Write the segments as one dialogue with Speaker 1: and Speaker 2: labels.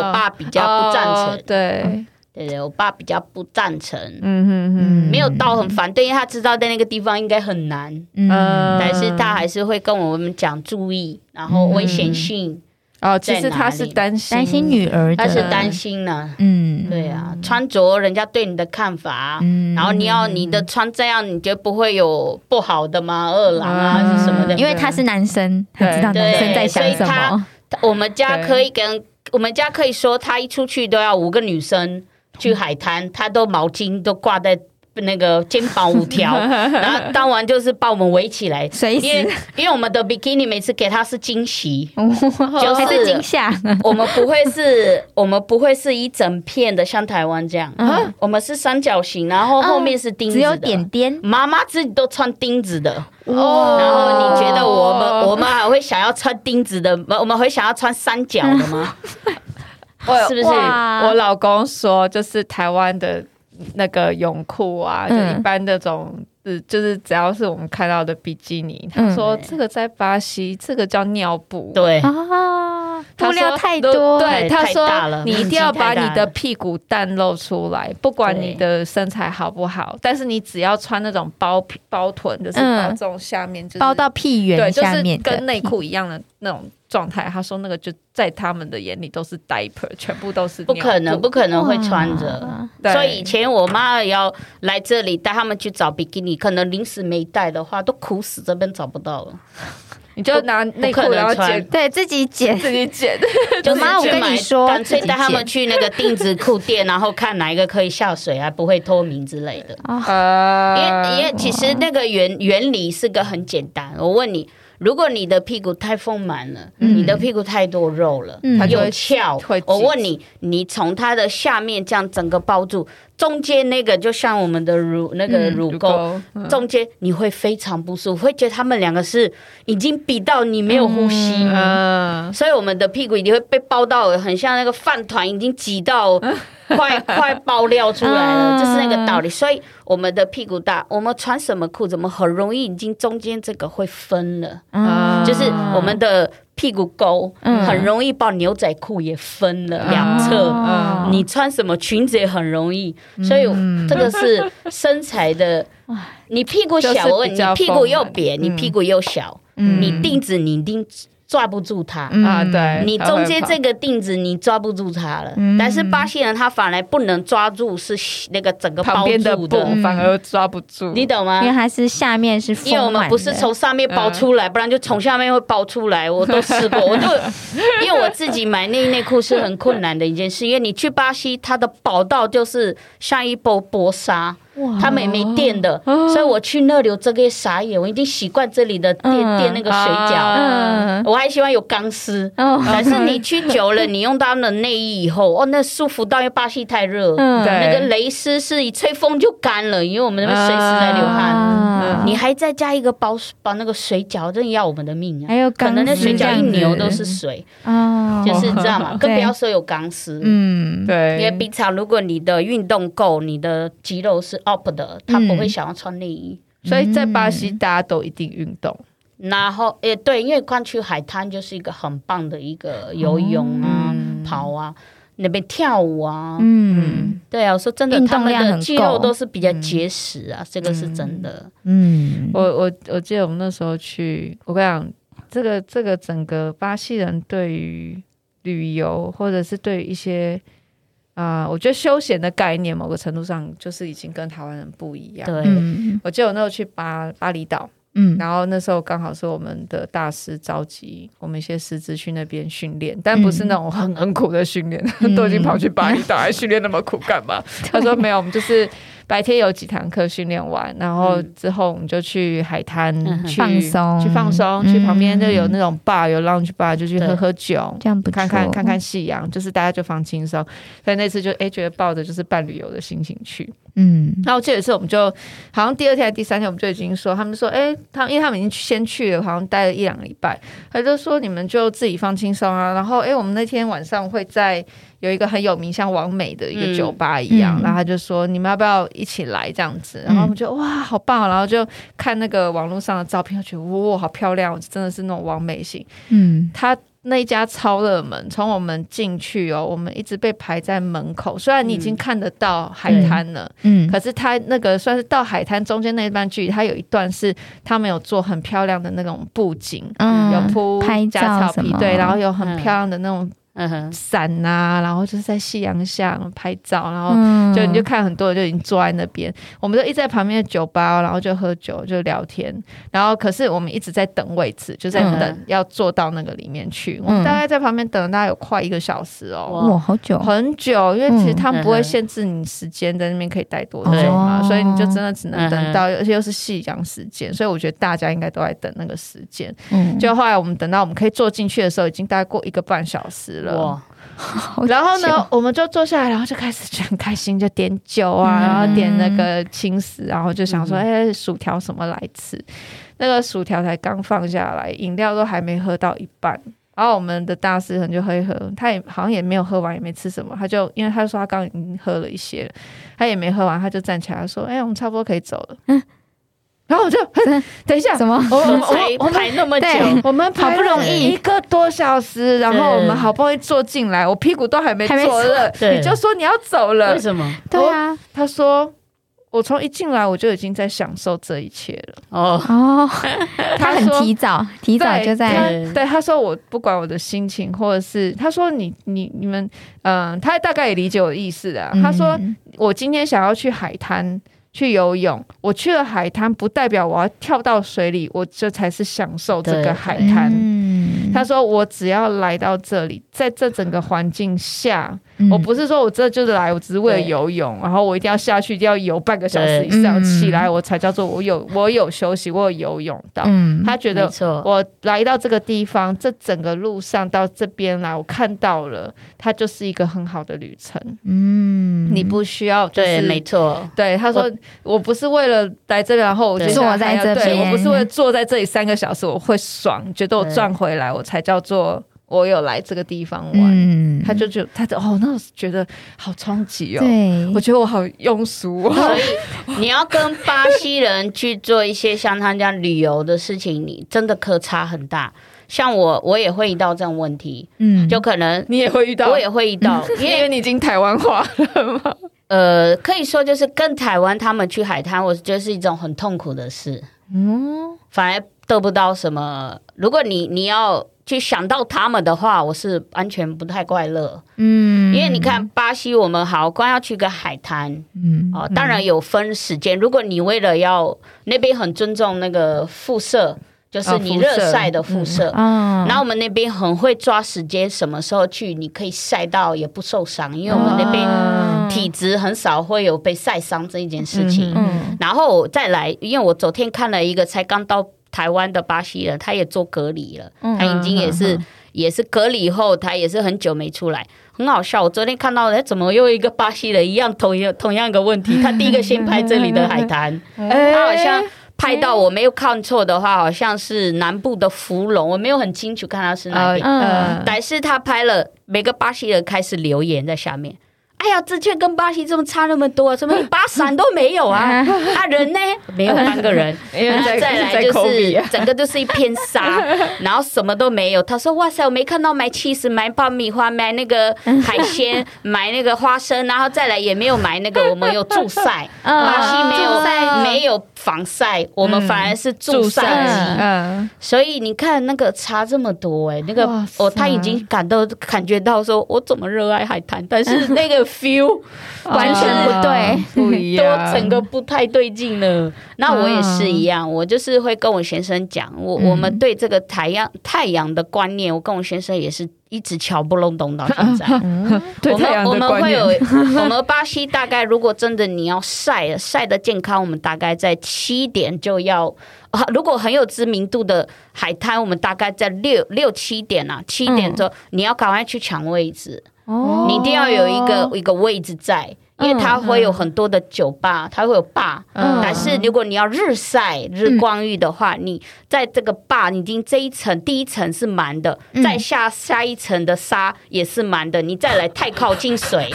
Speaker 1: 啊
Speaker 2: 比较不赞
Speaker 1: 嗯
Speaker 2: 成，
Speaker 1: 哦对，
Speaker 2: 对对，我爸比较不赞成，
Speaker 1: 嗯哼哼，
Speaker 2: 没有到很反对，因为他知道在那个地方应该很难，
Speaker 1: 嗯
Speaker 2: 但是他还是会跟我们讲注意，然后危险性，
Speaker 1: 哦，其实
Speaker 2: 在哪
Speaker 1: 他是
Speaker 2: 里
Speaker 1: 担心
Speaker 3: 担心女儿的，
Speaker 2: 他是担心呢。
Speaker 3: 嗯，
Speaker 2: 对啊，穿着人家对你的看法，啊
Speaker 3: 嗯
Speaker 2: 然后你要你的穿这样，你就不会有不好的嘛，二郎啊
Speaker 1: 嗯
Speaker 2: 是什么的。
Speaker 3: 因为他是男生，他知道男生在想
Speaker 2: 对所
Speaker 3: 什
Speaker 2: 以他
Speaker 3: 么，
Speaker 2: 我们家
Speaker 1: 对
Speaker 2: 可以跟我们家可以说，他一出去都要五个女生去海滩，
Speaker 3: 嗯
Speaker 2: 他都毛巾都挂在。那个肩膀 五条， 然后当晚就是把我们围起来，
Speaker 3: 随时
Speaker 2: 因为因为我们的比基尼每次给他是惊喜，就是
Speaker 3: 哦还是惊吓，
Speaker 2: 我们不会是， 我们不会是一整片的，像台湾这样，我们是三角形，然后后面是钉子
Speaker 3: 嗯只
Speaker 2: 的。
Speaker 3: 有点点
Speaker 2: 妈妈自己都穿钉子的，
Speaker 1: 哦
Speaker 2: 然后你觉得我们、我们还会想要穿钉子的吗？我们会想要穿三角的吗？
Speaker 1: 我
Speaker 2: 是不是
Speaker 3: 哇
Speaker 1: 我老公说，就是台湾的那个泳裤啊，就
Speaker 3: 嗯
Speaker 1: 一般那种，呃就是只要是我们看到的比基尼，
Speaker 3: 嗯
Speaker 1: 他说这个在巴西，这个叫尿布。
Speaker 2: 对，
Speaker 3: 啊，
Speaker 1: 他说
Speaker 3: 布料太
Speaker 1: 如
Speaker 3: 多，
Speaker 1: 对，
Speaker 2: 太
Speaker 1: 他
Speaker 2: 太大
Speaker 1: 说
Speaker 2: 了
Speaker 1: 你一定
Speaker 2: 面积
Speaker 1: 要
Speaker 2: 太
Speaker 1: 把
Speaker 2: 大
Speaker 1: 你的
Speaker 2: 了
Speaker 1: 屁股蛋露出来，不管
Speaker 2: 对
Speaker 1: 你的身材好不好，但是你只要穿那种包皮包臀，就是
Speaker 3: 嗯
Speaker 1: 包这种下面，就是
Speaker 3: 包到屁
Speaker 1: 对，
Speaker 3: 眼
Speaker 1: 就
Speaker 3: 下
Speaker 1: 是
Speaker 3: 面的
Speaker 1: 跟内裤一样的那种状态。他说那个就在他们的眼里都是 diaper，全部都是
Speaker 2: 不可
Speaker 1: 尿
Speaker 2: 能，
Speaker 1: 布
Speaker 2: 不可能会穿着。
Speaker 3: 哇
Speaker 1: 对
Speaker 2: 所以以前我妈要来这里带他们去找比基尼，可能临时没带的话，都苦死这边找不到了。
Speaker 1: 你就拿内裤
Speaker 2: 不可能
Speaker 1: 然后
Speaker 2: 穿
Speaker 1: 剪
Speaker 3: 对自己剪，
Speaker 1: 自己 剪，
Speaker 2: 就是
Speaker 3: 妈我
Speaker 2: 去
Speaker 3: 跟
Speaker 2: 买
Speaker 3: 你说
Speaker 2: 干脆
Speaker 3: 自己
Speaker 2: 带他们
Speaker 3: 剪
Speaker 2: 去那个钉子裤店，然后看哪一个可以下水，还不会脱名之类的。
Speaker 1: 呃
Speaker 2: 因为因为其实那个原原理是个很简单。我问你，如果你的屁股太丰满了，你的屁股太多肉了，
Speaker 3: 嗯它就
Speaker 2: 有
Speaker 1: 会
Speaker 2: 翘
Speaker 1: 会挤，
Speaker 2: 我问你，你从它的下面这样整个包住，中间那个就像我们的乳那个乳沟。
Speaker 1: 嗯
Speaker 2: 中间你会非常不舒服，会觉得他们两个是已经比到你没有呼吸，
Speaker 1: 嗯，
Speaker 2: 所以我们的屁股一定会被包到，很像那个饭团已经挤 到快快爆料出来
Speaker 3: 嗯
Speaker 2: 了，就是那个道理。所以我们的屁股大，我们穿什么裤子，我们很容易已经中间这个会分了，
Speaker 1: 嗯
Speaker 3: 啊
Speaker 2: 就是我们的屁股沟很容易把牛仔裤也分了两侧。
Speaker 1: 嗯
Speaker 3: 哦
Speaker 2: 你穿什么裙子也很容易，所以这个是身材的。 你屁股
Speaker 1: 嗯就是
Speaker 2: 小，我问
Speaker 1: 比
Speaker 2: 你，
Speaker 1: 较
Speaker 2: 屁
Speaker 1: 丰
Speaker 2: 股又
Speaker 1: 满嗯
Speaker 2: 扁，你屁股又小，你钉子你一定抓不住它。
Speaker 1: 啊，对，
Speaker 2: 你
Speaker 1: 他会
Speaker 2: 中间
Speaker 1: 跑嗯
Speaker 2: 这个钉子你抓不住它了，但是巴西人他反而不能抓住是那个整个
Speaker 1: 旁
Speaker 2: 包
Speaker 1: 边的
Speaker 2: 住
Speaker 1: 布
Speaker 2: 的，
Speaker 1: 反而抓不住，
Speaker 2: 你懂
Speaker 3: 因为
Speaker 2: 吗？
Speaker 3: 它是下面是丰
Speaker 2: 嗯因为我们
Speaker 3: 满
Speaker 2: 不是
Speaker 3: 的
Speaker 2: 从上面包出来，不然就从下面会包出来。我都试过，我都 因为我自己买内衣内裤是很困难的一件事，因为你去巴西，它的跑道就是像一波薄纱，
Speaker 1: 哦
Speaker 2: 他们也没电的，所以我去那里我这个傻眼，我已经习惯这里的电
Speaker 3: 嗯
Speaker 2: 电那个水饺，
Speaker 1: 啊
Speaker 3: 嗯
Speaker 2: 我还喜欢有钢丝，
Speaker 3: 哦
Speaker 2: 但是你去久了，你用到他们的内衣以后，哦，那舒服到，因为巴西太热，
Speaker 3: 嗯
Speaker 1: 对
Speaker 2: 那个蕾丝是一吹风就干了，因为我们那边随时在流汗。嗯
Speaker 3: 啊
Speaker 2: 你还再加一个包包那个水饺，真的要我们的命啊！
Speaker 3: 还有
Speaker 2: 可能那
Speaker 3: 钢丝
Speaker 2: 水
Speaker 3: 这
Speaker 2: 饺
Speaker 3: 样
Speaker 2: 一扭
Speaker 3: 子
Speaker 2: 都是水，
Speaker 3: 啊
Speaker 2: 就是这样嘛，更
Speaker 3: 对
Speaker 2: 不要说有钢丝。
Speaker 3: 嗯
Speaker 1: 对，
Speaker 2: 因为平常如果你的运动够，你的肌肉是 up 的，他不
Speaker 3: 嗯
Speaker 2: 会想要穿内衣。
Speaker 1: 所以在巴西大家都一定运动，
Speaker 2: 然后，也对，因为光去海滩就是一个很棒的一个游泳啊、跑啊，那边跳舞啊，
Speaker 3: 嗯
Speaker 2: 对啊，我说真的，
Speaker 3: 运
Speaker 2: 他
Speaker 3: 动
Speaker 2: 们
Speaker 3: 量
Speaker 2: 的
Speaker 3: 很
Speaker 2: 肌
Speaker 3: 够
Speaker 2: 肉都是比较结实啊，这个是真的。
Speaker 3: 嗯
Speaker 1: 我我我记得我们那时候去，我跟你讲，这个这个整个巴西人对于旅游或者是对于一些啊、呃我觉得休闲的概念，某个程度上就是已经跟台湾人不一样。
Speaker 2: 对，
Speaker 3: 嗯
Speaker 1: 我记得我那时候去巴巴厘岛，
Speaker 3: 嗯
Speaker 1: 然后那时候刚好是我们的大师召集我们一些师资去那边训练，但不是那种很很苦的训练， 都已经跑去巴厘岛还训练那么苦干嘛？ 他说没有，我们就是白天有几堂课训练完，然后之后我们就去海滩、
Speaker 2: 嗯哼
Speaker 1: 去
Speaker 3: 放松
Speaker 1: 去放松，
Speaker 3: 嗯
Speaker 1: 去旁边就有那种 bar 有 lounge bar 就去喝
Speaker 2: 对
Speaker 1: 喝酒。
Speaker 3: 这样不错
Speaker 1: 看看看看夕阳，就是大家就放轻松，所以那次就哎、诶觉得抱着就是伴旅游的心情去，
Speaker 3: 嗯
Speaker 1: 那我记得有一次，我们就好像第二天还是第三天，我们就已经说，他们说，哎、他因为他们已经先去了，好像待了一两个礼拜，他就说你们就自己放轻松啊。然后，哎、我们那天晚上会在有一个很有名像王美的一个
Speaker 2: 嗯
Speaker 1: 酒吧一样，
Speaker 3: 嗯
Speaker 1: 然后他就说你们要不要一起来这样子？然后我们就哇，好棒、哦！然后就看那个网络上的照片，我觉得哇，好漂亮，真的是那种完美型。
Speaker 3: 嗯
Speaker 1: 他那一家超热门，从我们进去哦，我们一直被排在门口。虽然你已经看得到海滩了，
Speaker 3: 嗯
Speaker 1: 可是它那个算是到海滩中间那一段距离，它有一段是他们有做很漂亮的那种布景，
Speaker 3: 嗯
Speaker 1: 有铺
Speaker 3: 拍照
Speaker 1: 假草
Speaker 3: 什
Speaker 1: 皮
Speaker 3: 么，
Speaker 1: 对，然后有很
Speaker 2: 嗯
Speaker 1: 漂亮的那种
Speaker 2: 嗯哼，
Speaker 1: 伞呐、然后就是在夕阳下拍照，然后
Speaker 3: 嗯
Speaker 1: 就你就看很多人就已经坐在那边，我们就一直在旁边的酒吧，然后就喝酒就聊天，然后可是我们一直在等位置，就在
Speaker 3: 嗯
Speaker 1: 等要坐到那个里面去。我们大概在旁边等了大概有快一个小时哦。
Speaker 3: 哇，好久，
Speaker 1: 很久，因为其实他们不
Speaker 2: 嗯
Speaker 1: 会
Speaker 2: 嗯
Speaker 1: 限制你时间在那边可以待多久
Speaker 3: 对
Speaker 1: 嘛，
Speaker 3: 哦
Speaker 1: 所以你就真的只能等
Speaker 2: 嗯
Speaker 1: 到，而且又是夕阳时间，所以我觉得大家应该都在等那个时间。
Speaker 3: 嗯，
Speaker 1: 就后来我们等到我们可以坐进去的时候，已经大概过一个半小时了。
Speaker 2: 哇，
Speaker 3: 好
Speaker 1: 然后
Speaker 3: 久
Speaker 1: 呢，，我们就坐下来，然后就开始就很开心，就点酒啊，
Speaker 3: 嗯
Speaker 1: 然后点那个青食，然后就想说，
Speaker 2: 嗯
Speaker 1: 哎、薯条什么来吃？那个薯条才刚放下来，饮料都还没喝到一半。然后我们的大师很就喝一喝，他也好像也没有喝完，也没吃什么，他就因为他说他刚刚已经喝了一些了，他也没喝完，他就站起来说：“哎、我们差不多可以走了。然后我就
Speaker 3: 真
Speaker 1: 等一下，
Speaker 3: 嗯什么？
Speaker 1: 我我我
Speaker 2: 谁
Speaker 1: 我们
Speaker 2: 排那么久？
Speaker 3: 对
Speaker 1: 哎我们
Speaker 3: 好
Speaker 1: 排
Speaker 3: 不容
Speaker 1: 了
Speaker 3: 易
Speaker 1: 一个多小时，然后我们好不容易坐进来，我屁股都还没
Speaker 3: 还没
Speaker 1: 坐热，
Speaker 2: 对
Speaker 1: 你就说你要走了
Speaker 2: 为。什么？
Speaker 3: 对啊，
Speaker 1: 他说。我从一进来我就已经在享受这一切了。
Speaker 2: 哦，
Speaker 3: 哦，他
Speaker 1: 他
Speaker 3: 很
Speaker 1: 说
Speaker 3: 提早，提早
Speaker 1: 对
Speaker 3: 就在，
Speaker 1: 他对他说我不管我的心情，或者是他说你你你们，嗯、他大概也理解我的意思的。他说
Speaker 3: 嗯
Speaker 1: 我今天想要去海滩去游泳，我去了海滩不代表我要跳到水里，我这才是享受这
Speaker 2: 对
Speaker 1: 个海滩。
Speaker 3: 嗯
Speaker 1: 他说：“我只要来到这里，在这整个环境下，
Speaker 3: 嗯
Speaker 1: 我不是说我这就是来，我只是为了游泳，然后我一定要下去，一定要游半个小时
Speaker 2: 对
Speaker 1: 以上，
Speaker 3: 嗯
Speaker 1: 起来我才叫做我有 我有休息，我有游泳到。
Speaker 3: 嗯
Speaker 1: 他觉
Speaker 2: 没
Speaker 1: 得
Speaker 2: 错，
Speaker 1: 我来到这个地方，这整个路上到这边来，我看到了，它就是一个很好的旅程。
Speaker 3: 嗯
Speaker 1: 你不需要就
Speaker 2: 对，
Speaker 1: 是哦
Speaker 2: 没错，
Speaker 1: 对，他说我不是为了来这边，然后我就
Speaker 2: 对
Speaker 1: 想
Speaker 3: 坐在
Speaker 1: 还要
Speaker 3: 这
Speaker 1: 对
Speaker 3: 边
Speaker 1: 我不是为了坐在这里三个小时，我会爽，觉得我
Speaker 2: 对
Speaker 1: 赚回来，我才叫做我有来这个地方玩。
Speaker 3: 嗯
Speaker 1: 他就觉他就哦，那我觉得好冲击哦，
Speaker 3: 对，
Speaker 1: 我觉得我好庸俗哦。
Speaker 2: 所以你要跟巴西人去做一些像他这样旅游的事情，你真的可差很大。像我，我也会遇到这种问题，
Speaker 3: 嗯
Speaker 2: 就可能
Speaker 1: 你也会遇到，嗯
Speaker 2: 我也会遇到，因
Speaker 1: 因
Speaker 2: 为
Speaker 1: 为你已经台湾化了嘛。
Speaker 2: 呃，可以说就是跟台湾他们去海滩，我觉得是一种很痛苦的事，
Speaker 1: 嗯，
Speaker 2: 反而得不到什么。如果你你要去想到他们的话，我是完全不太快乐，
Speaker 3: 嗯
Speaker 2: 因为你看巴西，我们好光要去个海滩
Speaker 3: 嗯
Speaker 2: 哦，当然有分时间。如果你为了要那边很尊重那个辐射，就是
Speaker 1: 啊
Speaker 2: 你
Speaker 1: 辐
Speaker 2: 热
Speaker 1: 射
Speaker 2: 晒的辐
Speaker 1: 嗯
Speaker 2: 射，
Speaker 3: 啊
Speaker 2: 然后我们那边很会抓时间，什么时候去，你可以晒到也不受伤，因为我们那边
Speaker 3: 哦
Speaker 2: 体质很少会有被晒伤这一件事情。
Speaker 3: 嗯
Speaker 2: 然后再来，因为我昨天看了一个才刚到台湾的巴西人，他也做隔离了，他已经也是、也是隔离后，他也是很久没出来，很好笑。我昨天看到，哎，怎么又一个巴西人一样同样同样一个问题？他第一个先拍这里的海滩，
Speaker 1: 嗯
Speaker 2: 他好像。拍到我没有看错的话，好像是南部的芙蓉，我没有很清楚看他是哪
Speaker 1: 呃
Speaker 2: 边。
Speaker 1: 呃，
Speaker 2: 但是他拍了，每个巴西人开始留言在下面。哎呀，之前跟巴西这么差那么多、啊，怎么一把伞都没有啊？啊，人呢？没有半个人。
Speaker 1: 因为
Speaker 2: 然后
Speaker 1: 在
Speaker 2: 再来
Speaker 1: 在
Speaker 2: 就
Speaker 1: 口笔
Speaker 2: 是
Speaker 1: 啊，
Speaker 2: 整个就是一片沙，然后什么都没有。他说：“哇塞，我没看到买 cheese，买爆米花，买那个海鲜，买那个花生，然后再来也没有买那个，我们有助晒，
Speaker 3: 嗯
Speaker 2: 巴西没
Speaker 3: 助晒
Speaker 2: 有没有防晒，我们反而是助晒
Speaker 3: 晒
Speaker 2: 机。
Speaker 3: 嗯
Speaker 1: 嗯，
Speaker 2: 所以你看那个差这么多哎、那个
Speaker 1: 哇塞
Speaker 2: 哦，他已经感到感觉到说，我怎么热爱海滩，但是 那个 feel
Speaker 3: 嗯
Speaker 2: 完全不
Speaker 3: 不对，
Speaker 1: 不一
Speaker 2: 都
Speaker 1: 样，
Speaker 2: 整个不太对劲了。那我也是一样，我就是会跟我先生讲，我、
Speaker 1: 嗯
Speaker 2: 我们对这个太阳太阳的观念，我跟我先生也是一直瞧不拢懂到 现在。
Speaker 1: 对
Speaker 2: 我
Speaker 1: 太
Speaker 2: 们
Speaker 1: 阳
Speaker 2: 我
Speaker 1: 的
Speaker 2: 们
Speaker 1: 观
Speaker 2: 会
Speaker 1: 念
Speaker 2: 有，我们巴西大概如果真的你要晒晒的健康，我们大概在七点就要、啊如果很有知名度的海滩，我们大概在六六七点啊，七
Speaker 1: 嗯
Speaker 2: 点之后、你要赶快去抢位置，
Speaker 3: 哦
Speaker 2: 你一定要有一个一个位置在。因为它会有嗯很多的酒吧，它会有坝、
Speaker 1: 嗯
Speaker 2: 但是如果你要日晒日光浴的话，你在这个坝已经这一层第一层是满的，再下下一层的沙也是满的，你再来太靠近水，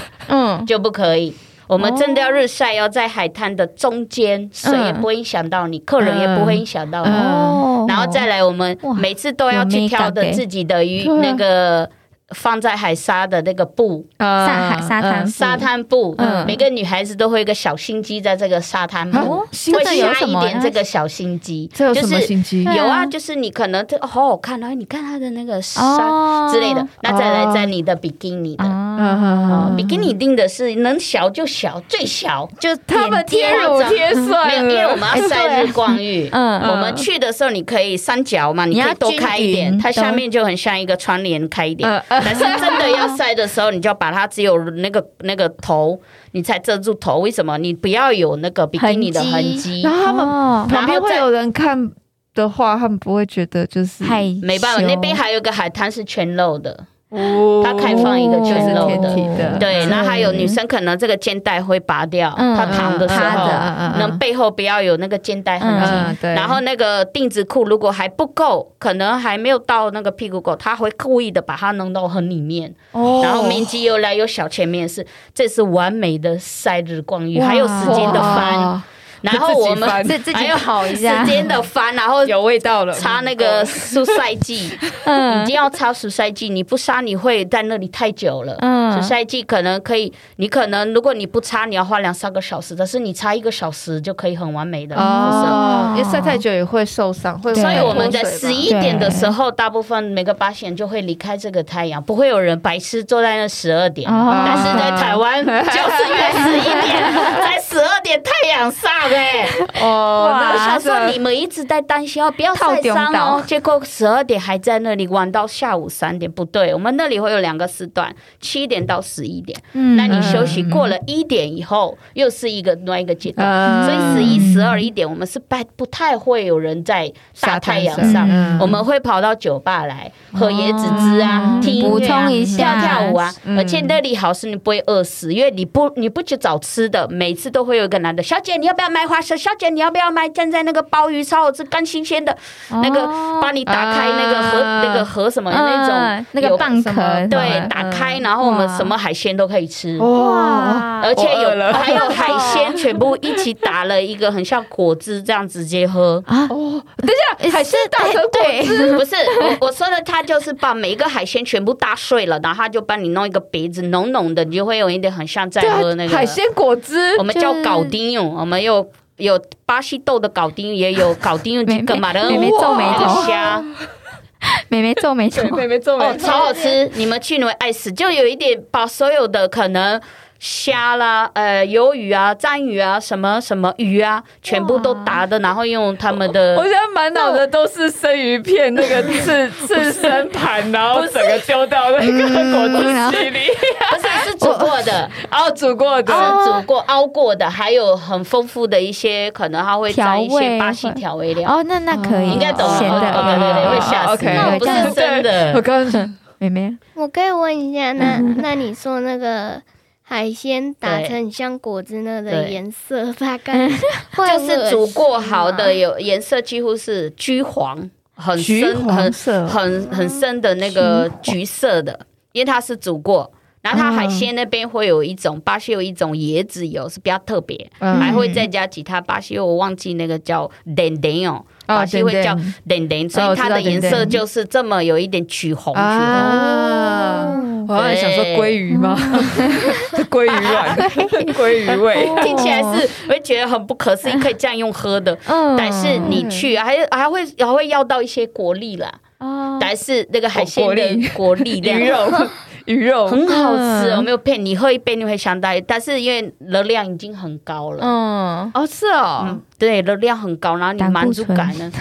Speaker 3: 嗯
Speaker 2: 就不可以。我们正钓日晒要在海滩的中间，谁也不会影响到你，客人也不会影响到你。
Speaker 1: 嗯
Speaker 3: 哦，
Speaker 2: 然后再来，我们
Speaker 3: 哇
Speaker 2: 每次都要
Speaker 3: 有
Speaker 2: 去
Speaker 3: mega
Speaker 2: 挑的
Speaker 3: 欸
Speaker 2: 自己的鱼，
Speaker 1: 对啊
Speaker 2: 那个放在海沙的那个布，
Speaker 1: 呃
Speaker 3: 沙海沙滩
Speaker 2: 沙滩布，
Speaker 1: 嗯
Speaker 2: 每个女孩子都会有一个小心机在这个沙滩布，
Speaker 1: 哦
Speaker 2: 会
Speaker 3: 这啊有
Speaker 2: 下
Speaker 3: 什
Speaker 2: 一
Speaker 3: 么
Speaker 2: 点这个小心机，
Speaker 1: 这有什么
Speaker 2: 就是
Speaker 1: 心机？
Speaker 3: 对
Speaker 2: 有啊，
Speaker 3: 啊
Speaker 2: 就是你可能这哦好好看，然后你看它的那个沙
Speaker 3: 哦
Speaker 2: 之类的，那再
Speaker 1: 哦
Speaker 2: 来在你的比基尼的。哦
Speaker 3: 啊
Speaker 2: 比基尼定的是能小就小，最小就
Speaker 1: 他们贴
Speaker 2: 点
Speaker 1: 乳
Speaker 2: 点
Speaker 1: 贴
Speaker 2: 没有，
Speaker 1: 算
Speaker 2: 因为我
Speaker 1: 了，
Speaker 2: 们要晒日光浴。
Speaker 3: 嗯
Speaker 2: 我们去的时候你可以三角嘛，你可以多开一
Speaker 3: 你要均
Speaker 2: 点，
Speaker 3: 匀嗯
Speaker 2: 它下面就很像一个窗帘开一点。
Speaker 1: 呃呃
Speaker 2: 但是真的要晒的时候，你就要把它只有那个那个头，你才遮住头。为什么？你不要有那个比基尼的痕迹
Speaker 1: 然，后他们
Speaker 3: 哦，
Speaker 1: 旁边
Speaker 2: 然后
Speaker 1: 会
Speaker 2: 再
Speaker 1: 有人看的话，他们不会觉得就是
Speaker 3: 害羞
Speaker 2: 没办法，那边还有一个海滩是全露的，
Speaker 1: 哦
Speaker 2: 它开放一个
Speaker 1: 就是
Speaker 2: 全露
Speaker 1: 天
Speaker 2: 的
Speaker 1: 体的，
Speaker 2: 对。
Speaker 3: 嗯
Speaker 2: 然后还有女生可能这个肩带会拔掉，
Speaker 3: 嗯
Speaker 2: 她躺的时
Speaker 3: 趴
Speaker 2: 候
Speaker 3: 着，
Speaker 2: 能背后不要有那个肩带痕迹。
Speaker 1: 嗯对，
Speaker 2: 然后那个定制裤如果还不够，可能还没有到那个屁股够，他会故意的把它弄到很里面，
Speaker 1: 哦
Speaker 2: 然后面积又来又小，前面是这是完美的晒日光浴，还有时间的翻，
Speaker 1: 哇
Speaker 2: 然后我
Speaker 1: 自己翻
Speaker 2: 们
Speaker 3: 自自
Speaker 2: 还
Speaker 3: 己
Speaker 2: 有
Speaker 3: 跑一
Speaker 2: 时
Speaker 3: 下，嗯
Speaker 2: 间的翻，然后
Speaker 1: 有味道了，
Speaker 2: 擦那个蔬菜剂，你一定要擦除晒剂，你不擦你会在那里太久了。除
Speaker 3: 嗯，
Speaker 2: 晒剂可能可以，你可能如果你不擦，你要花两三个小时，但是你擦一个小时就可以很完美的。就是
Speaker 1: 哦，因为晒太久也会受伤，会有
Speaker 3: 对
Speaker 2: 所以
Speaker 1: 太多
Speaker 2: 我们在
Speaker 1: 水吧
Speaker 2: 十一点的时候，大部分每个八仙就会离开这个太阳，不会有人白痴坐在那十二点。
Speaker 3: 哦
Speaker 2: 但是在台 湾就是约十一点，在十二点太阳欸晒呗。
Speaker 1: 哦，
Speaker 2: 我
Speaker 1: 那
Speaker 2: 想
Speaker 1: 这
Speaker 2: 说你们一直在担心哦，不要晒
Speaker 3: 套
Speaker 2: 伤
Speaker 3: 中岛
Speaker 2: 哦。结果十二点还在那里玩到下午三点，不对，我们那里会有两个时段，七点到十一点。
Speaker 3: 嗯
Speaker 2: 那你休息过了一点以后，又是一个另外一个阶段。
Speaker 1: 嗯
Speaker 2: 所以十一、十二一点，我们是不不太会有人在大太阳
Speaker 1: 沙
Speaker 2: 上
Speaker 1: 滩，上
Speaker 3: 嗯
Speaker 1: 嗯
Speaker 2: 我们会跑到酒吧来喝椰子汁啊
Speaker 3: 哦，
Speaker 2: 听音
Speaker 3: 补
Speaker 2: 乐啊
Speaker 3: 充一下
Speaker 2: 跳跳舞啊。
Speaker 1: 嗯
Speaker 2: 而且那里好是你不会饿死，因为你不你不去找吃的，每次都会有一个男的，小姐你要不要买花生？小姐你要不要买现在那个鲍鱼超好吃，刚新鲜的，那个
Speaker 3: 哦
Speaker 2: 帮你打开那个盒
Speaker 1: 啊
Speaker 2: 那个盒什么那
Speaker 3: 嗯
Speaker 2: 种
Speaker 3: 那个
Speaker 2: 有
Speaker 3: 蚌
Speaker 1: 什么
Speaker 3: 壳，
Speaker 2: 对打开，然后我们
Speaker 3: 哇
Speaker 2: 什么海鲜都可以吃。
Speaker 3: 嗯
Speaker 1: 哦哇，
Speaker 3: 哇，
Speaker 2: 而且
Speaker 1: 我饿了
Speaker 2: 有还有海鲜， 全部一起打了一个很像果汁这样直接喝。
Speaker 1: 哦，哎等一下，海鲜打成果
Speaker 3: 对，
Speaker 2: 不是我我说的，他就是把每一个海鲜全部打碎了，然后他就帮你弄一个鼻子浓浓的，你就会有一点很像在
Speaker 1: 对啊
Speaker 2: 喝那个
Speaker 1: 海鲜果汁
Speaker 2: 我，们叫搞丁用，我们有有巴西豆的搞丁，也有搞丁用几个嘛，然后
Speaker 3: 妹妹皱眉头，
Speaker 2: 虾
Speaker 3: 妹妹皱眉头
Speaker 1: 对，，妹妹皱
Speaker 2: 哦
Speaker 1: 眉，头，
Speaker 2: 超好吃，你们去你会爱死，就有一点把所有的可能。虾啦，呃，鱿鱼啊，章鱼啊，什么什么鱼啊，全部都打的，然后用他们
Speaker 1: 我
Speaker 2: 的
Speaker 1: 现在满脑子都是生鱼片那 个刺刺身盘，然后整个丢到那个果汁机里，
Speaker 2: 不是是煮过的，
Speaker 1: 然后哦煮过的。
Speaker 2: 是煮过、熬过的，还有很丰富的一些，可能它会沾一些巴西调味料。
Speaker 3: 哦，那那可以，
Speaker 2: 你应该懂
Speaker 1: 哦
Speaker 3: 咸
Speaker 2: 哦
Speaker 3: 的，
Speaker 2: 对对对，会吓死
Speaker 1: OK，哦
Speaker 2: 你，不是真
Speaker 1: 我
Speaker 2: 的。
Speaker 1: 刚刚想
Speaker 3: 妹妹，
Speaker 4: 我可以问一下，那
Speaker 1: 嗯
Speaker 4: 那你说那个海鲜打
Speaker 2: 对
Speaker 4: 成像果汁那的
Speaker 2: 对
Speaker 4: 颜色，大概 会
Speaker 1: 哦
Speaker 2: 就是煮过好
Speaker 4: 恶
Speaker 2: 的，
Speaker 4: 心吗
Speaker 2: 有颜色几乎是橘黄，很
Speaker 1: 橘
Speaker 2: 深很
Speaker 1: 黄色，
Speaker 2: 很很深的那个橘色的，因为它是煮过。然后它海鲜那边会有一种巴西有一种椰子油是比较特别，
Speaker 1: 嗯
Speaker 2: 还会再加其他巴西油，我忘记那个叫 den den 哦，巴西会叫 den den，所
Speaker 1: 哦我知道
Speaker 2: 以它的颜
Speaker 1: dendeng
Speaker 2: 色就是这么有一点橘红橘红。
Speaker 1: 啊！我好像想说
Speaker 2: 对
Speaker 1: 鲑鱼吗？ 是鲑鱼卵， 鲑鱼味。
Speaker 2: 听起来是我会觉得很不可思议，可以这样用喝的。
Speaker 3: 嗯，
Speaker 2: 但是你去啊还还会还会要到一些果粒啦，
Speaker 3: 哦，
Speaker 2: 但是那个海鲜
Speaker 1: 果粒
Speaker 2: 的果粒量
Speaker 1: 鱼肉，鱼肉，
Speaker 2: 很好吃，
Speaker 3: 嗯
Speaker 2: 我没有骗你，喝一杯你会想到，但是因为热量已经很高了。
Speaker 3: 嗯，
Speaker 1: 哦，是哦，
Speaker 2: 对，热量很高，然后你
Speaker 3: 胆固
Speaker 2: 满足感呢，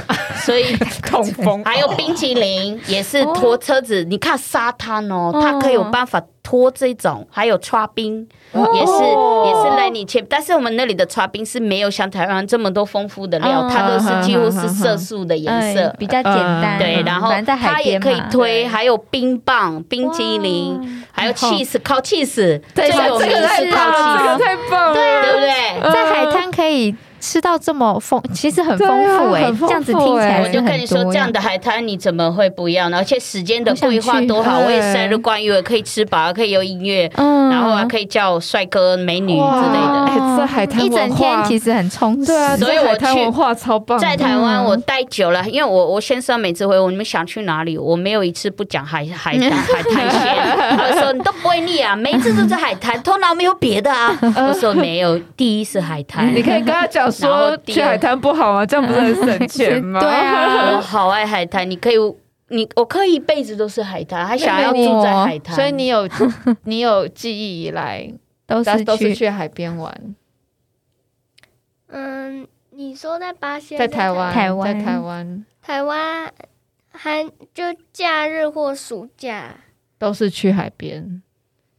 Speaker 2: 所以
Speaker 1: 痛风
Speaker 2: 还有冰淇淋也是拖车子。你看沙滩哦，它可以有办法拖这种，还有刷冰也是也是来你切，但是我们那里的刷冰是没有像台湾这么多丰富的料，
Speaker 3: 哦
Speaker 2: 它都是几乎是色素的颜色
Speaker 3: 哎。比较简单，
Speaker 2: 对，然后
Speaker 3: 反正在
Speaker 2: 它
Speaker 3: 海
Speaker 2: 也
Speaker 3: 边
Speaker 2: 可以
Speaker 3: 嘛
Speaker 2: 推，还有冰棒、冰激凌，还有 cheese 靠 cheese，最有
Speaker 1: 这
Speaker 2: 名
Speaker 1: 个太
Speaker 2: 是
Speaker 1: 棒
Speaker 2: 靠
Speaker 1: 了，啊这
Speaker 2: cheese，
Speaker 1: 个太棒了，
Speaker 2: 对不对？
Speaker 3: 在海滩可以吃到这么丰，嗯其实很丰富
Speaker 1: 对啊
Speaker 3: 哎、
Speaker 1: 很丰富
Speaker 3: 这样子听起来
Speaker 1: 欸
Speaker 2: 我就
Speaker 3: 是
Speaker 2: 跟你
Speaker 3: 很
Speaker 2: 说，
Speaker 3: 多
Speaker 2: 这样
Speaker 3: 样
Speaker 2: 的海滩你怎么会不要呢？而且时间的规
Speaker 3: 我
Speaker 2: 划
Speaker 3: 想去
Speaker 2: 多好，我也
Speaker 1: 对
Speaker 2: 生日关于我可以吃饱，可以有音乐，
Speaker 3: 嗯
Speaker 2: 然后还可以叫帅哥美女之类
Speaker 1: 哇
Speaker 3: 哦
Speaker 2: 的。
Speaker 1: 哎这海滩
Speaker 3: 一整
Speaker 1: 文
Speaker 3: 天
Speaker 1: 化
Speaker 3: 其实很充实，
Speaker 1: 对啊，
Speaker 2: 所以
Speaker 1: 这
Speaker 2: 我
Speaker 1: 海滩
Speaker 2: 去
Speaker 1: 文化超棒的，
Speaker 2: 在台湾我待久了，因为我我先生每次回我你们想去哪里，我没有一次不讲海海 滩海滩线。他说你都不会腻啊，每一次都是海滩，头脑没有别 的啊。我说没有，第一是海滩
Speaker 1: 嗯你。可以跟他讲
Speaker 2: 然后
Speaker 1: 说
Speaker 2: 第二
Speaker 1: 去海滩不好吗？这样不是很省钱 吗？
Speaker 3: 对啊
Speaker 2: 我好爱海滩，你可以你我可以一辈子都是海滩，还想要
Speaker 1: 妹妹你
Speaker 2: 住在海滩。
Speaker 1: 所以你 有你有记忆以来，
Speaker 3: 都
Speaker 1: 大家
Speaker 2: 啊
Speaker 3: 是
Speaker 1: 都是
Speaker 3: 去
Speaker 1: 去海边玩，
Speaker 4: 嗯，你说在巴西，
Speaker 1: 在台湾，
Speaker 3: 台湾
Speaker 1: 在台湾
Speaker 4: 台湾还就假日或暑假，
Speaker 1: 都是去海边。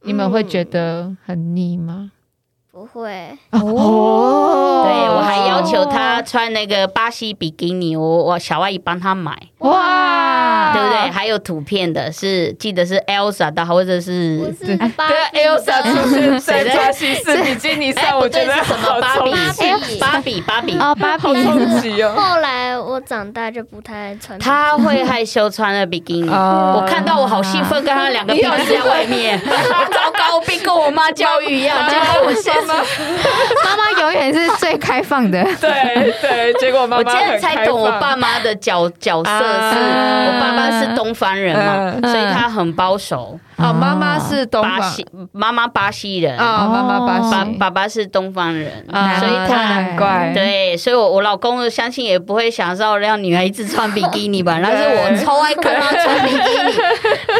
Speaker 1: 你们会觉
Speaker 4: 嗯
Speaker 1: 得很腻吗？
Speaker 4: 不会？
Speaker 3: 嗯
Speaker 1: 哦
Speaker 2: 对我还要求他穿那个巴西比基尼，我我小阿姨帮他买，
Speaker 1: 哇，
Speaker 2: 对不对？？还有图片的是，记得是 Elsa 的，或者
Speaker 4: 不
Speaker 2: 是
Speaker 4: 是巴
Speaker 1: 嗯
Speaker 2: 啊哎
Speaker 1: 对，Elsa 出现在
Speaker 2: 谁在
Speaker 1: 穿西式比基尼上，我觉得
Speaker 2: 哎不对是什么
Speaker 1: 好
Speaker 2: 芭
Speaker 1: 冲
Speaker 2: 比
Speaker 1: 击，
Speaker 4: 巴
Speaker 2: 芭
Speaker 4: 比
Speaker 2: 比芭比，
Speaker 3: 哦，芭比
Speaker 1: 好冲击哦！
Speaker 4: 后来我长大就不太穿。
Speaker 2: 他会害羞穿了比基尼。
Speaker 1: 啊
Speaker 2: 我看到我好兴奋，跟他两个
Speaker 1: 你
Speaker 2: 屁
Speaker 1: 好
Speaker 2: 股在外 面，我糟糕，我被跟我妈教育一样，结果我现在
Speaker 3: 妈妈永远是最开放 的，
Speaker 1: 对对，结果妈
Speaker 2: 我
Speaker 1: 妈
Speaker 2: 今天
Speaker 1: 很
Speaker 2: 才
Speaker 1: 开
Speaker 2: 懂我
Speaker 1: 放
Speaker 2: 爸妈的角角色是，
Speaker 1: 啊
Speaker 2: 我爸爸是东方人嘛，
Speaker 1: 嗯
Speaker 2: 所以他很保守，
Speaker 1: 哦，妈妈是东
Speaker 2: 巴
Speaker 1: 方
Speaker 2: 西妈妈巴西人，
Speaker 1: 啊，妈妈巴
Speaker 2: 爸
Speaker 1: 西
Speaker 3: 哦
Speaker 2: 爸爸是东方人，
Speaker 1: 啊，
Speaker 2: 所以
Speaker 1: 那
Speaker 2: 他。
Speaker 1: 难怪
Speaker 2: 对， 所以我我老公相信也不会想要让女孩一直穿比基尼 吧，但是我超爱看他穿比基尼，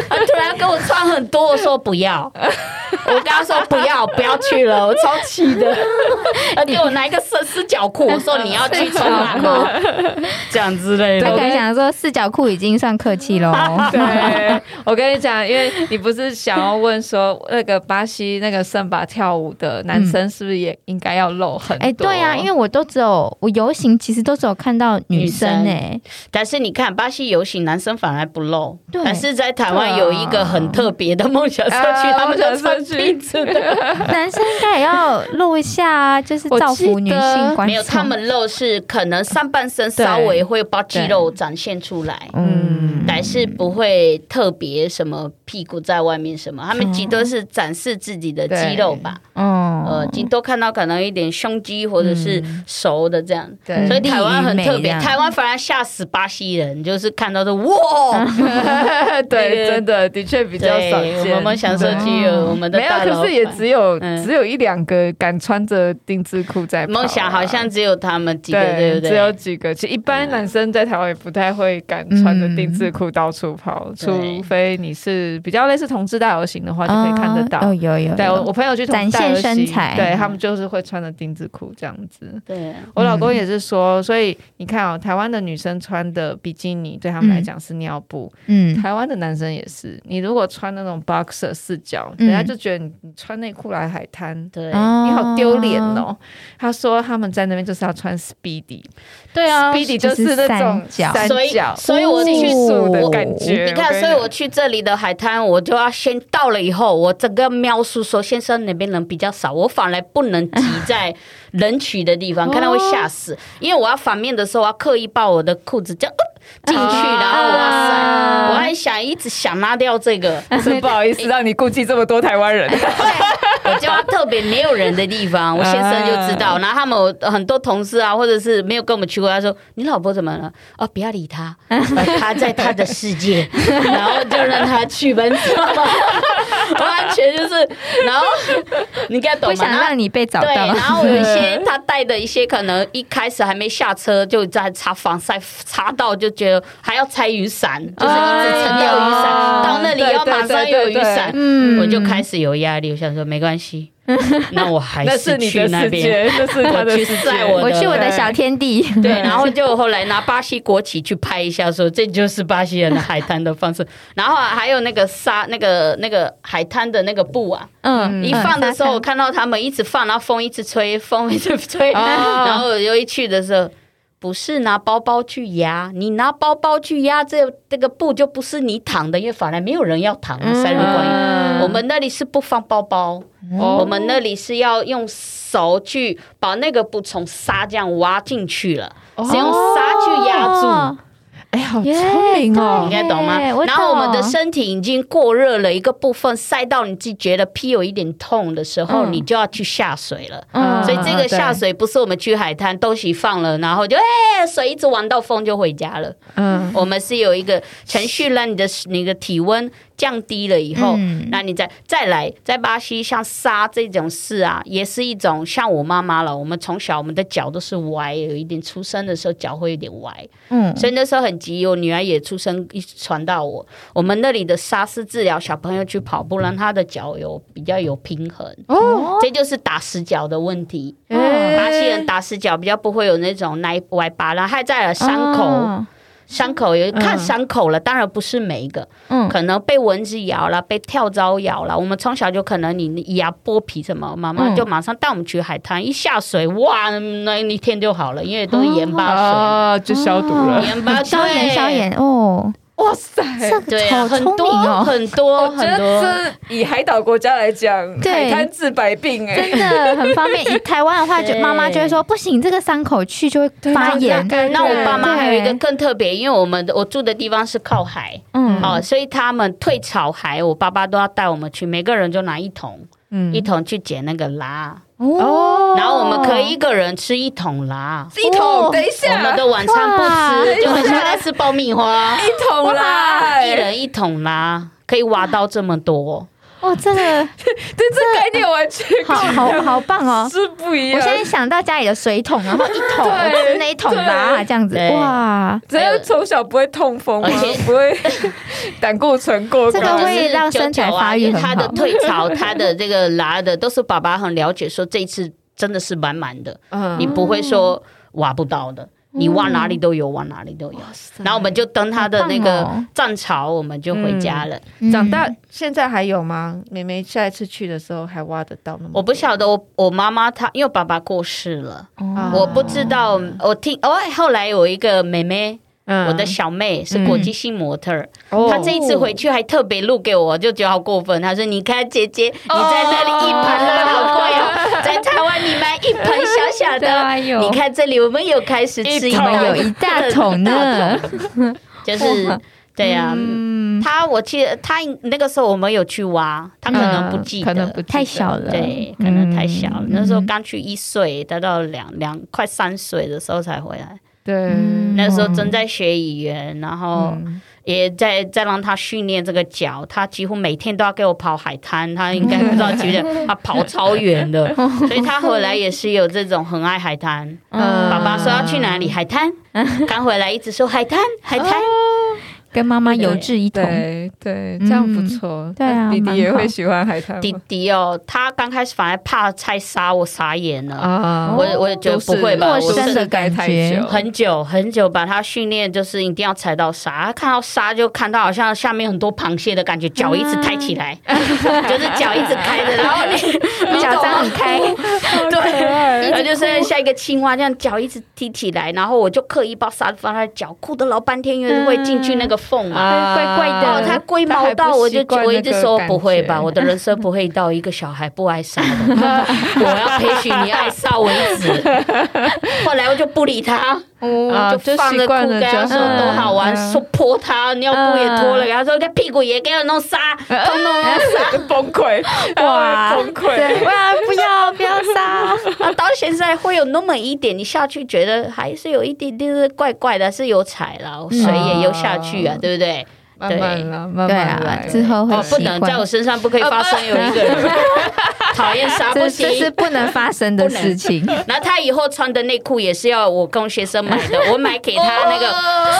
Speaker 2: 他突然给我穿很多，我说不 要，我跟他说不要不要去了，我超气 的，他给我拿一个四四角裤，我说你要去穿哪裤， 这样之类
Speaker 3: 他可
Speaker 2: 的。
Speaker 3: 能想说四角裤已经算客 气喽。
Speaker 1: 对，我跟你讲，因为你不是想要问说那个巴西那个圣巴跳舞的男生是不是也应该要露很多？
Speaker 3: 哎，对啊，因为我都只有我游行，其实都只有看到
Speaker 2: 女
Speaker 3: 女生
Speaker 2: 生
Speaker 3: 哎，
Speaker 2: 但是你看，巴西游行男生反而不露，
Speaker 3: 对
Speaker 2: 但是在台湾有一个很特别的梦想社区，
Speaker 1: 啊
Speaker 2: 他
Speaker 1: 梦
Speaker 2: 们都
Speaker 1: 想
Speaker 2: 穿
Speaker 1: 社区
Speaker 2: 裙子的。
Speaker 3: 男生应该也要露一下啊，就是造福女性观众。
Speaker 2: 没有，他们露是可能上半身稍微会把肌肉展现出来，
Speaker 3: 嗯，
Speaker 2: 但是不会特别什么屁股在外面什么，他们顶多是展示自己的肌肉吧，呃，
Speaker 3: 哦，
Speaker 2: 顶多看到可能一点胸肌或者是手的这样。
Speaker 1: 嗯对
Speaker 2: 所以台湾很特
Speaker 3: 力与美这
Speaker 2: 别，
Speaker 3: 样
Speaker 2: 台湾反而吓死巴西人，就是看到的哇，
Speaker 1: 对，真的的确比较
Speaker 2: 对
Speaker 1: 少见。
Speaker 2: 我们想设计了我们的
Speaker 1: 没有，
Speaker 2: 大老
Speaker 1: 可是
Speaker 2: 板
Speaker 1: 也只有
Speaker 2: 嗯
Speaker 1: 只有一两个敢穿着定制裤在跑啊
Speaker 2: 梦想好像只有他们几个，对
Speaker 1: 对
Speaker 2: 不对？
Speaker 1: 只有几个。其实一般男生在台湾也不太会敢穿着定制裤到处
Speaker 3: 嗯
Speaker 1: 跑，除非你是比较类似同志大游行的话，就可以看得到。
Speaker 3: 哦，有有，
Speaker 1: 对
Speaker 3: 有
Speaker 1: 我，我朋友去同志大游行
Speaker 3: 展现身材
Speaker 1: 对他们就是会穿着丁字裤这样子。
Speaker 2: 对。
Speaker 1: 我老公也是说，所以你看哦，台湾的女生穿的比基尼对他们来讲是尿布，
Speaker 3: 嗯，
Speaker 1: 台湾的男生也是。你如果穿那种 boxer 四角，
Speaker 3: 嗯
Speaker 1: 人家就觉得你你穿内裤来海滩。
Speaker 2: 对，
Speaker 1: 你
Speaker 3: 你
Speaker 1: 好丢脸！哦！他说他们在那边就是要穿 speedy，
Speaker 2: 对啊
Speaker 1: speedy 就是那种
Speaker 3: 就是三角
Speaker 2: 所以
Speaker 1: 角
Speaker 2: 所以我去
Speaker 1: 迅速的
Speaker 2: 我
Speaker 1: 感
Speaker 3: 哦
Speaker 1: 觉。
Speaker 2: 你看，
Speaker 1: 跟
Speaker 2: 所以我去这里的海滩，我就要先到了以后，我整个描述说先生那边人比较少，我反而不能挤在人群的地方，看到会吓死。因为我要反面的时候，我要刻意把我的裤子这样呃进去，
Speaker 1: 啊
Speaker 2: 然后哇塞，我还想一直想拉掉这个，
Speaker 1: 真不好意思让你顾忌这么多台湾 人。
Speaker 2: 我就要特别没有人的地方，我先生就知道。然后他们有很多同事啊，或者是没有跟我们去过，他说你老婆怎么了？哦，不要理他，他在他的世 界，然后就让他去吧，你知道吗？ 完全就是，然后你该懂
Speaker 3: 不
Speaker 2: 吗？
Speaker 3: 想
Speaker 2: 然后
Speaker 3: 让你被找
Speaker 2: 对，
Speaker 3: 到
Speaker 2: 然。后有一些他带的一些可能一开始还没下车就在擦防晒，擦到就觉得还要拆雨伞，就是一直撑掉雨伞，
Speaker 1: 哎呀
Speaker 2: 到那里要马上有
Speaker 1: 哎对对
Speaker 2: 雨伞
Speaker 1: 对对对，
Speaker 2: 嗯，我就开始有压力，我想说没关 系，那我还
Speaker 1: 那是
Speaker 2: 是
Speaker 1: 你
Speaker 2: 去
Speaker 1: 的
Speaker 2: 那
Speaker 1: 世
Speaker 2: 边。
Speaker 1: 界，那是他的世
Speaker 2: 我去
Speaker 1: 界。
Speaker 2: 晒我
Speaker 3: 我去我的小天地，
Speaker 2: 对，然后就后来拿巴西国旗去拍一下，说这就是巴西人的海滩的方式。然后还有那个沙，那个那个海滩的那个布啊，
Speaker 3: 嗯，
Speaker 2: 一放的时候，我 看到他们一直放，然后风一直吹，风一直吹，
Speaker 1: 哦
Speaker 2: 然后我又一去的时候，不是拿包包去压，你拿包包去压这这个布就不是你躺的，因为法兰没有人要躺塞入观音。
Speaker 1: 嗯
Speaker 2: 我们那里是不放包包，
Speaker 1: 哦
Speaker 2: 我们那里是要用手去把那个布从沙这样挖进去了，
Speaker 1: 哦
Speaker 2: 是用沙去压住。
Speaker 1: 哎，好聪明
Speaker 2: 你
Speaker 1: 哦
Speaker 2: 应
Speaker 3: 耶！
Speaker 2: 该懂吗
Speaker 3: 哎我？懂
Speaker 2: 然后我们的身体已经过热了一个部分，晒到你自己觉得屁有一点痛的时候，
Speaker 1: 嗯
Speaker 2: 你就要去下水了。
Speaker 1: 嗯
Speaker 2: 所以这个下水不是我们去海滩东西放了，然后就哎、水一直玩到风就回家了。
Speaker 1: 嗯，
Speaker 2: 我们是有一个程序让你的你的体温降低了以后，
Speaker 3: 嗯
Speaker 2: 那你再再来，在巴西像沙这种事啊，也是一种像我妈妈了。我们从小我们的脚都是歪，有一点出生的时候脚会有点歪，
Speaker 3: 嗯
Speaker 2: 所以那时候很急，我女儿也出生一传到我，我们那里的沙是治疗小朋友去跑步，让他的脚有比较有平衡，
Speaker 1: 哦，
Speaker 2: 这就是打死脚的问题。
Speaker 1: 哎
Speaker 2: 巴西人打死脚比较不会有那种歪歪疤，然后还在了伤口。
Speaker 3: 哦
Speaker 2: 伤口有看伤口了，当然不是每一个，
Speaker 3: 嗯
Speaker 2: 可能被蚊子咬了，被跳蚤咬了。我们从小就可能你你牙剥皮什么，妈妈
Speaker 3: 嗯
Speaker 2: 就马上带我们去海滩，一下水哇，那一天就好了，因为都是盐
Speaker 3: 哦
Speaker 2: 巴
Speaker 1: 啊，就消毒
Speaker 2: 水，
Speaker 1: 了。
Speaker 2: 盐巴
Speaker 3: 消炎
Speaker 2: 对
Speaker 3: 消炎哦，
Speaker 1: 哇 塞！
Speaker 3: 这个
Speaker 2: 对，啊
Speaker 3: 好
Speaker 2: 很
Speaker 3: 聪明
Speaker 2: 多
Speaker 3: 哦，
Speaker 2: 很多
Speaker 1: 我觉
Speaker 2: 很
Speaker 1: 得
Speaker 2: 多，
Speaker 1: 这以海岛国家来讲，
Speaker 3: 对
Speaker 1: 海滩治百病 哎，
Speaker 3: 真的很方便。以台湾的话，就
Speaker 2: 对
Speaker 3: 妈妈就会说不行，这个伤口去就会发炎。
Speaker 2: 那我爸妈还有一个
Speaker 3: 对
Speaker 2: 更特别，因为我们的我住的地方是靠海，
Speaker 3: 嗯，
Speaker 2: 哦，所以他们退潮海，我爸爸都要带我们去，每个人就拿一桶，
Speaker 1: 嗯
Speaker 2: 一桶去捡那个拉，
Speaker 3: 哦
Speaker 2: 然后我们可以一个人吃一桶啦。
Speaker 1: 一桶，
Speaker 3: 哦
Speaker 1: 等一
Speaker 2: 我
Speaker 1: 下
Speaker 2: 们，的晚餐不吃，
Speaker 1: 哇
Speaker 2: 就很像在吃爆米花，
Speaker 1: 一桶啦，
Speaker 2: 一人一桶啦，可以挖到这么多。
Speaker 3: 哦，这个
Speaker 1: 对这概念完全
Speaker 3: 好好好棒
Speaker 2: 啊
Speaker 3: 哦！
Speaker 1: 是不一
Speaker 3: 我
Speaker 1: 样
Speaker 3: 现。在想到家里的水桶，然后一桶
Speaker 1: 对
Speaker 3: 我吃那一桶啦，
Speaker 1: 对
Speaker 3: 这样子
Speaker 2: 对
Speaker 3: 哇，
Speaker 1: 只要从小不会痛风吗
Speaker 2: 而且？
Speaker 1: 不会 胆固醇过高
Speaker 3: 这。个会让身材发育很好
Speaker 2: 啊他的退潮，他的这个拉的，都是爸爸很了解，说这一次真的是满满的，
Speaker 1: 嗯
Speaker 2: 你不
Speaker 3: 哦
Speaker 2: 会说挖不到的，你挖哪里都有，挖哪里都有。然后我们就登他的那
Speaker 3: 好棒
Speaker 2: 个
Speaker 3: 哦
Speaker 2: 涨潮，我们就回家了。
Speaker 3: 嗯
Speaker 1: 长大现在还有吗？妹妹下一次去的时候还挖得到那么多？
Speaker 2: 我不晓得我我妈妈她，因为爸爸过世了，
Speaker 3: 哦
Speaker 2: 我不知道，我听哦，后来有一个妹妹。
Speaker 1: 嗯
Speaker 2: 我的小妹是国际性模特儿，
Speaker 1: 哦
Speaker 3: 嗯
Speaker 2: 她这一次回去还特别录给我，就觉得好过分。她说：“你看姐姐，你在那里一盘拉好贵哦，在台湾你买一盆小 小
Speaker 3: 对啊
Speaker 2: 的，
Speaker 3: 有
Speaker 2: 你看这里我们有开始吃
Speaker 1: 一
Speaker 2: 一
Speaker 3: 我
Speaker 1: 桶
Speaker 3: 们
Speaker 2: 盆
Speaker 3: 有一大桶呢， 嗯
Speaker 2: 就是对呀、啊。她我记得她那个时候我们有去挖，她可能不记得，
Speaker 1: 可能不记得
Speaker 3: 太小了，
Speaker 2: 对，可能太小了。
Speaker 3: 嗯
Speaker 2: 那时候刚去一岁，待到两两快三岁的时候才回来。
Speaker 1: 对，
Speaker 3: 嗯
Speaker 2: 那时候正在学语言，然后。
Speaker 1: 嗯
Speaker 2: 也在在让他训练这个脚，他几乎每天都要给我跑海滩，他应该不知道几点，他跑超远的，所以他回来也是有这种很爱海滩。
Speaker 1: 嗯
Speaker 2: 爸爸说要去哪里海滩，
Speaker 3: 嗯
Speaker 2: 刚回来一直说海滩海滩，
Speaker 3: 哦跟妈妈油脂一桶，
Speaker 1: 对对，
Speaker 3: 嗯
Speaker 1: 这样不错。哎
Speaker 3: 对啊
Speaker 1: 弟弟也
Speaker 3: 蛮好
Speaker 1: 会喜欢海滩
Speaker 2: 弟弟哦，他刚开始反而怕菜沙，我傻眼了，
Speaker 1: 啊
Speaker 2: 我我也觉得不会吧，
Speaker 3: 哦都
Speaker 2: 我
Speaker 3: 市陌
Speaker 2: 真
Speaker 3: 生
Speaker 2: 的
Speaker 3: 的感觉
Speaker 1: 待太久
Speaker 2: 很久很久把他训练，就是一定要踩到沙，他看到沙就看到好像下面很多螃蟹的感觉，脚一直抬起来，
Speaker 3: 嗯
Speaker 2: 就是脚一直开 着，然后你你
Speaker 3: 脚
Speaker 2: 懂吗
Speaker 3: 张你 开，
Speaker 2: 对，他就是像一个青蛙这样脚一直踢起来，然后我就刻意把沙子放在脚，哭的老半天，因为会进去那个缝嘛。
Speaker 1: 啊
Speaker 3: 哎怪怪的
Speaker 2: 哦，他龟毛到我就我一直说不会吧，我
Speaker 1: 我
Speaker 2: 的人生不会到一个小孩不爱沙的，我要培训你爱沙为止。后来我就不理他，
Speaker 1: 啊
Speaker 2: 就放
Speaker 1: 习
Speaker 2: 着哭，
Speaker 1: 惯了
Speaker 2: 跟他
Speaker 1: 就
Speaker 2: 说
Speaker 1: 好
Speaker 2: 多好玩，
Speaker 1: 嗯
Speaker 2: 说泼他，尿布也脱了，然后说他屁股也给我弄沙，通通弄沙。
Speaker 1: 崩溃，
Speaker 3: 哇
Speaker 1: 崩溃。
Speaker 3: 对，哇，不要不要 杀，
Speaker 2: 啊，到现在会有那么一点，你下去觉得还是有一点点的怪怪的，是有踩了，水也游下去啊，对不对？
Speaker 1: 慢慢了，慢
Speaker 3: 对
Speaker 1: 慢
Speaker 3: 啊
Speaker 1: 来，。
Speaker 3: 之后会
Speaker 2: 哦，不
Speaker 3: 习
Speaker 2: 能在我
Speaker 3: 惯，
Speaker 2: 身上不可以发生有一个人讨厌啥不
Speaker 3: 这这是
Speaker 2: 行。
Speaker 3: 不能发生 的事情，
Speaker 1: 哦
Speaker 2: 然后他以后穿的内裤也是要我跟学生买的，我买给他那个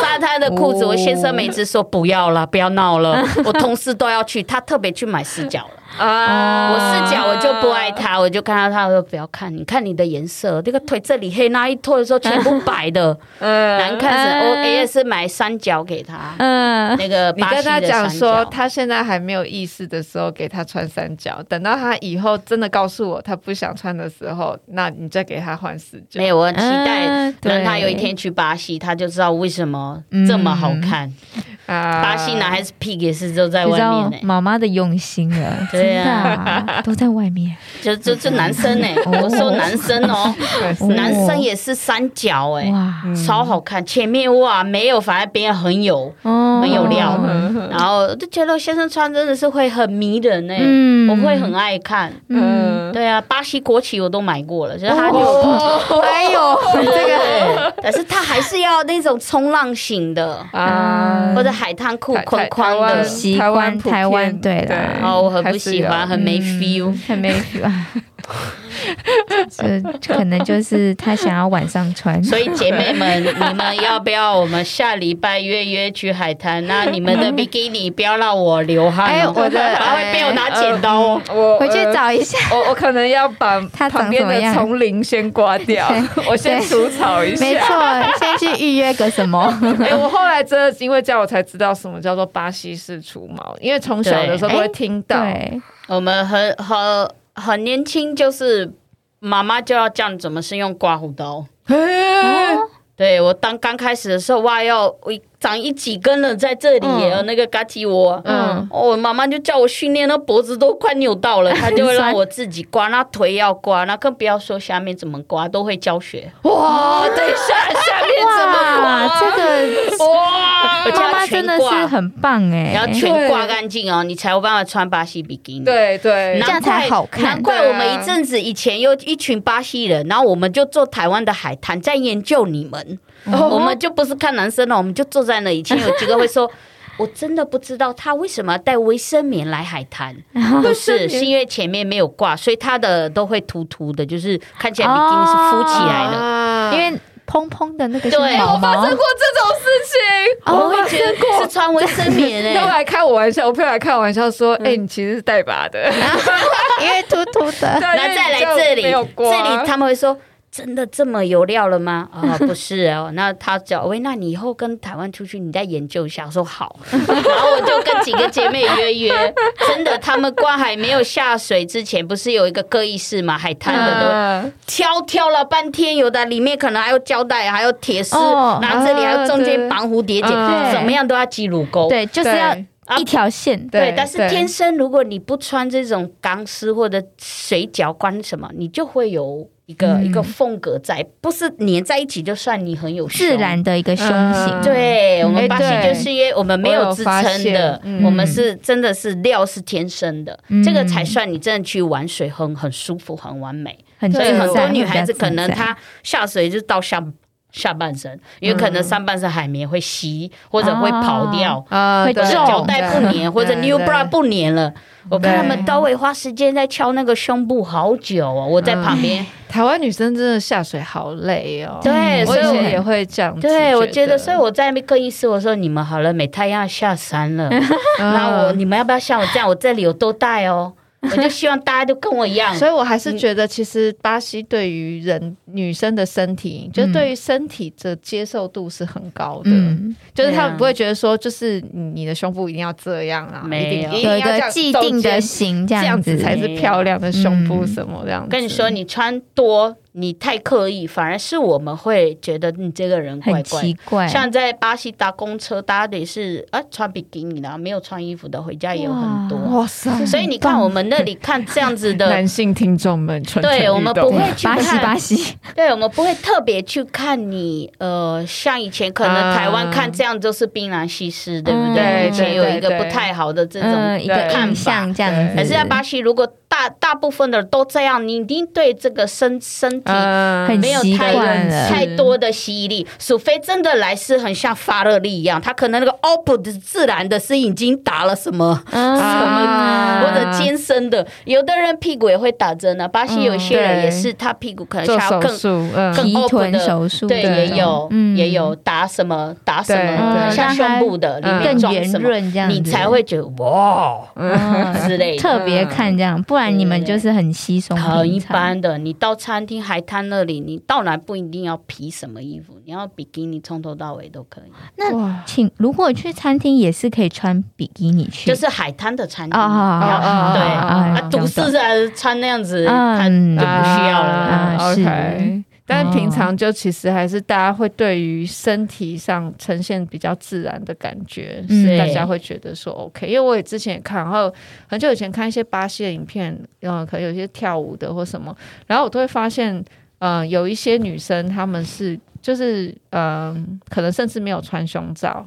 Speaker 2: 沙滩的裤子，我先生每次说不要了，不要闹了。
Speaker 1: 哦
Speaker 2: 我同事都要去，他特别去买四角了。
Speaker 1: 啊
Speaker 2: 我四角我就不爱他，我就看到他我说不要看，你看你的颜色，这个腿这里黑，那一脱的时候全部 白的，
Speaker 1: 嗯
Speaker 2: 难看死。我也是买三角给他，
Speaker 3: 嗯，
Speaker 2: 那个
Speaker 1: 你
Speaker 2: 巴
Speaker 1: 跟
Speaker 2: 西
Speaker 1: 他
Speaker 2: 的
Speaker 1: 讲
Speaker 2: 三
Speaker 1: 说，
Speaker 2: 角。
Speaker 1: 他现在还没有意识的时候，给他穿三角；等到他以后真的告诉我他不想穿的时候，那你再给他换四角
Speaker 2: 没。有，我很期待
Speaker 3: 嗯，
Speaker 2: 等
Speaker 3: 对
Speaker 2: 他有一天去巴西，他就知道为什么这么好看。
Speaker 1: 啊
Speaker 2: 巴西男孩子屁也是都在
Speaker 3: 你
Speaker 2: 外
Speaker 3: 知道
Speaker 2: 面呢、
Speaker 3: 妈妈的用心了，
Speaker 2: 对
Speaker 3: 真
Speaker 2: 啊
Speaker 3: 的 啊都在外面。
Speaker 2: 就就就男生呢、
Speaker 3: 哦
Speaker 2: 我说男生哦、
Speaker 3: 哦
Speaker 2: 男生也是三角哎、
Speaker 3: 哇，
Speaker 2: 超好看，前面哇没有，反而边很有，
Speaker 3: 哦
Speaker 2: 很有料。
Speaker 1: 嗯
Speaker 2: 嗯然后就觉得先生穿真的是会很迷人哎、
Speaker 3: 嗯
Speaker 2: 我会很爱看。
Speaker 3: 嗯，
Speaker 2: 对啊，巴西国旗我都买过了，就是他就、
Speaker 1: 哦
Speaker 3: 还
Speaker 1: 哎
Speaker 3: 有
Speaker 2: 这个，但是他还是要那种冲浪型的，
Speaker 1: 啊
Speaker 3: 嗯
Speaker 2: 或者海滩裤
Speaker 1: 台
Speaker 2: 宽
Speaker 1: 台
Speaker 2: 宽
Speaker 1: 台湾
Speaker 2: 的。
Speaker 3: 喜
Speaker 1: 台湾
Speaker 3: 欢
Speaker 1: 普
Speaker 3: 台湾
Speaker 1: 遍
Speaker 3: 对啦
Speaker 1: 对
Speaker 2: 哦，我很
Speaker 1: 嗯
Speaker 2: 不
Speaker 1: 还是
Speaker 2: 喜
Speaker 1: 有
Speaker 2: 欢，很没 feel。
Speaker 3: 很 没 feel 啊。这可能就是他想要晚上穿，
Speaker 2: 所以姐妹们，你们要不要我们下礼拜约约去海滩？那你 们的比基尼不要让我流汗、哦，
Speaker 1: 哎我的哎
Speaker 2: 还会被我拿剪刀哦。
Speaker 1: 我
Speaker 3: 回去。找一下。
Speaker 1: 呃我我可能要把
Speaker 3: 他长
Speaker 1: 旁边
Speaker 3: 什么
Speaker 1: 的
Speaker 3: 样
Speaker 1: 丛林先刮 掉，我先除草
Speaker 2: 呃
Speaker 1: 一
Speaker 3: 没
Speaker 1: 下。
Speaker 3: 错，先去预约个 什么？
Speaker 1: 哎、我后来真的是因为这样，我才知道什么叫做巴西式除毛，因为从小的时候
Speaker 3: 对
Speaker 1: 都会听到。
Speaker 3: 对，
Speaker 1: 哎
Speaker 2: 我们很很很年轻，就是妈妈就要教你怎么是用刮胡刀。对我当刚开始的时候，哇，要我长一几根了，在这里
Speaker 3: 嗯
Speaker 2: 也有那个嘎叽窝。
Speaker 1: 嗯
Speaker 2: 哦，我妈妈就叫我训练，那脖子都快扭到了，她就会让我自己刮，那腿要刮，那更不要说下面怎么刮，都会教学。
Speaker 1: 哇，等一下，下面怎 么刮？
Speaker 3: 哇，这个
Speaker 1: 哇
Speaker 2: 而且
Speaker 3: 妈
Speaker 2: 要
Speaker 3: 妈
Speaker 2: 全
Speaker 3: 真的
Speaker 2: 挂
Speaker 3: 是很棒哎
Speaker 2: 你要，全
Speaker 1: 对
Speaker 2: 刮干净哦，你才有办法穿巴西比基尼。
Speaker 1: 对对
Speaker 2: 难怪，
Speaker 3: 这样才好看
Speaker 2: 难怪
Speaker 1: 对啊
Speaker 2: 我们一阵子以前有一群巴西人，然后我们就做台湾的海滩，在研究你们。
Speaker 1: 哦
Speaker 2: 我们就不是看男生了，我们就坐在那里。以前有几个会说。我真的不知道他为什么要带卫生棉来海滩，不是，是因为前面没有挂，所以他的都会凸凸的，就是看起来比基尼是浮起来的。
Speaker 1: 啊
Speaker 3: 因为蓬蓬的那个是
Speaker 2: 对
Speaker 3: 毛
Speaker 1: 发
Speaker 3: 毛
Speaker 1: 生，过这种事情。
Speaker 2: 我会觉得是穿卫生 棉欸诶、
Speaker 1: 那我来开我玩笑，我朋友来开我玩笑说：“哎、你其实是带把的。
Speaker 3: 因为凸凸 的
Speaker 1: 对”
Speaker 2: 然后再来这里，
Speaker 1: 因为你就没有啊刮
Speaker 2: 这里他们会说。真的这么有料了吗？啊、不是哦。 那他讲，喂，那你以后跟台湾出去，你再研究一下。我说好， 然后我就跟几个姐妹约约。 真的，他们观海没有下水之前，不是有一个更衣室嘛？海滩的都、
Speaker 1: 嗯
Speaker 2: 挑挑了半天，有的里面可能还有胶带，还有铁丝，
Speaker 3: 哦
Speaker 2: 然后这里还有中间绑蝴蝶结，
Speaker 1: 嗯
Speaker 2: 怎么样都要挤乳沟。
Speaker 3: 对，就是要
Speaker 1: 对
Speaker 3: 一条线，
Speaker 2: 啊对，但是天生如果你不穿这种钢丝或者水饺关什么，你就会有一个、一个风格在，不是粘在一起就算你很有胸
Speaker 3: 自。然的一个胸型，
Speaker 1: 嗯
Speaker 2: 对我们
Speaker 1: 哎
Speaker 2: 巴西
Speaker 1: 对
Speaker 2: 就是因为我们没
Speaker 1: 我
Speaker 2: 有
Speaker 1: 有
Speaker 2: 支
Speaker 1: 发
Speaker 2: 撑的
Speaker 1: 现，嗯
Speaker 2: 我们是真的是料是天生的，
Speaker 3: 嗯
Speaker 2: 这个才算你真的去玩水很很舒服很完美。
Speaker 3: 很
Speaker 2: 所
Speaker 3: 自
Speaker 2: 以
Speaker 3: 在
Speaker 2: 很多
Speaker 3: 会
Speaker 2: 女
Speaker 3: 比较
Speaker 2: 孩子
Speaker 3: 自
Speaker 2: 可能
Speaker 3: 在
Speaker 2: 她下水就到下下半身，因为可能上半身海绵会吸或者会跑掉。
Speaker 1: 啊
Speaker 3: 会
Speaker 1: 对
Speaker 3: 皱
Speaker 2: 胶带不粘，或者 new bra 不粘了，我看他们
Speaker 1: 对
Speaker 2: 都会花时间在敲那个胸部好久哦。我在旁边，
Speaker 1: 台湾女生真的下水好累哦。
Speaker 2: 对，
Speaker 3: 嗯
Speaker 2: 所
Speaker 1: 我
Speaker 2: 以
Speaker 1: 以
Speaker 2: 我
Speaker 1: 前也会这样子。
Speaker 2: 对我觉
Speaker 1: 觉
Speaker 2: 得，所以我在那边更衣室，我说你们好了，美太要下山了，
Speaker 1: 嗯
Speaker 2: 那我你们要不要像我这样？我这里有多带 哦，我就希望大家都跟我一样。
Speaker 1: 所以我还
Speaker 2: 嗯
Speaker 1: 是觉得，其实巴西对于人女生的身体，就是对于身体的接受度是很高的，
Speaker 3: 嗯，
Speaker 1: 就是他
Speaker 2: 对啊
Speaker 1: 们不会觉得说，就是你的胸部一定要这样啊，
Speaker 2: 没有
Speaker 1: 一定一定
Speaker 3: 有
Speaker 1: 要
Speaker 3: 一
Speaker 1: 这
Speaker 3: 个
Speaker 1: 样
Speaker 3: 既定
Speaker 1: 中
Speaker 3: 的
Speaker 1: 间
Speaker 3: 型
Speaker 1: 这
Speaker 3: 这
Speaker 1: 样
Speaker 3: 样
Speaker 1: 子
Speaker 3: 子
Speaker 1: 才是漂亮的胸部什么这样子。
Speaker 2: 嗯跟你说，你穿多，你太刻意，反而是我们会觉得你这个人怪
Speaker 3: 很
Speaker 2: 怪
Speaker 3: 奇。怪，
Speaker 2: 像在巴西搭公车，大家得是啊穿比基尼的，没有穿衣服的回家也有很多。
Speaker 1: 哇塞，
Speaker 2: 所以你
Speaker 3: 嗯
Speaker 2: 看，我们那里看这样子 的
Speaker 1: 男，性听众们蠢蠢欲动，
Speaker 2: 对我们不会去
Speaker 3: 巴西巴
Speaker 2: 看，
Speaker 3: 西，
Speaker 2: 对我们不会特别去看你。呃，像以前可能
Speaker 1: 啊
Speaker 2: 台湾看这样就是槟榔西施，对不
Speaker 3: 嗯
Speaker 2: 对？以
Speaker 1: 对
Speaker 2: 前有一个
Speaker 1: 对
Speaker 2: 不太好的这种
Speaker 3: 嗯，一个
Speaker 2: 看
Speaker 3: 印
Speaker 2: 法
Speaker 3: 象。这样子，
Speaker 2: 可是在巴西，如果大大大部分的都这样，你一定对这个身身体
Speaker 1: 嗯
Speaker 3: 很
Speaker 2: 没有
Speaker 3: 习
Speaker 2: 太
Speaker 3: 惯了
Speaker 2: 太多的吸引力，除非真的来是很像发热力一样，他可能那个 OPPO 的自然的是已经打了什么。
Speaker 3: 啊
Speaker 2: 或者尖身的，有的人屁股也会打针啊。巴西有些人也是，他屁股可能
Speaker 1: 做
Speaker 2: 想要
Speaker 1: 手
Speaker 2: 更
Speaker 1: 术，嗯，
Speaker 2: 更
Speaker 3: 提
Speaker 2: open
Speaker 3: 臀
Speaker 2: 的
Speaker 3: 手术
Speaker 2: 对，
Speaker 3: 这
Speaker 2: 也
Speaker 3: 种
Speaker 2: 有，
Speaker 3: 嗯
Speaker 2: 也有打什么打什
Speaker 1: 对
Speaker 2: 么，
Speaker 1: 对
Speaker 2: 像胸部的里
Speaker 1: 让它
Speaker 2: 面
Speaker 3: 更
Speaker 2: 装
Speaker 3: 圆
Speaker 2: 什么，
Speaker 3: 润这样子，
Speaker 2: 你才会觉得哇
Speaker 3: 嗯
Speaker 2: 之类的。
Speaker 3: 特别看这样，不然你们就是很稀松
Speaker 2: 很一
Speaker 3: 平常。
Speaker 2: 般的，你到餐厅海滩那里，你到哪不一定要披什么衣服，你要比基尼从头到尾都可以，
Speaker 3: 啊
Speaker 1: 哇，
Speaker 3: 请如果去餐厅也是可以穿比基尼去，
Speaker 2: 就是海滩的餐厅
Speaker 3: 啊啊
Speaker 2: 要
Speaker 1: 啊
Speaker 2: 对
Speaker 1: 啊
Speaker 2: 啊，
Speaker 3: 懂
Speaker 2: 都市的穿那样子，它
Speaker 3: 嗯
Speaker 2: 就不需要了。
Speaker 3: 啊是哦
Speaker 1: OK，但平常就其实还是大家会对于身体上呈现比较自然的感觉，
Speaker 3: 嗯
Speaker 1: 是大家会觉得说 OK。因为我也之前也看，然后很久以前看一些巴西的影片，然后可能有一些跳舞的或什么，然后我都会发现，呃，有一些女生她们是就是嗯、可能甚至没有穿胸罩。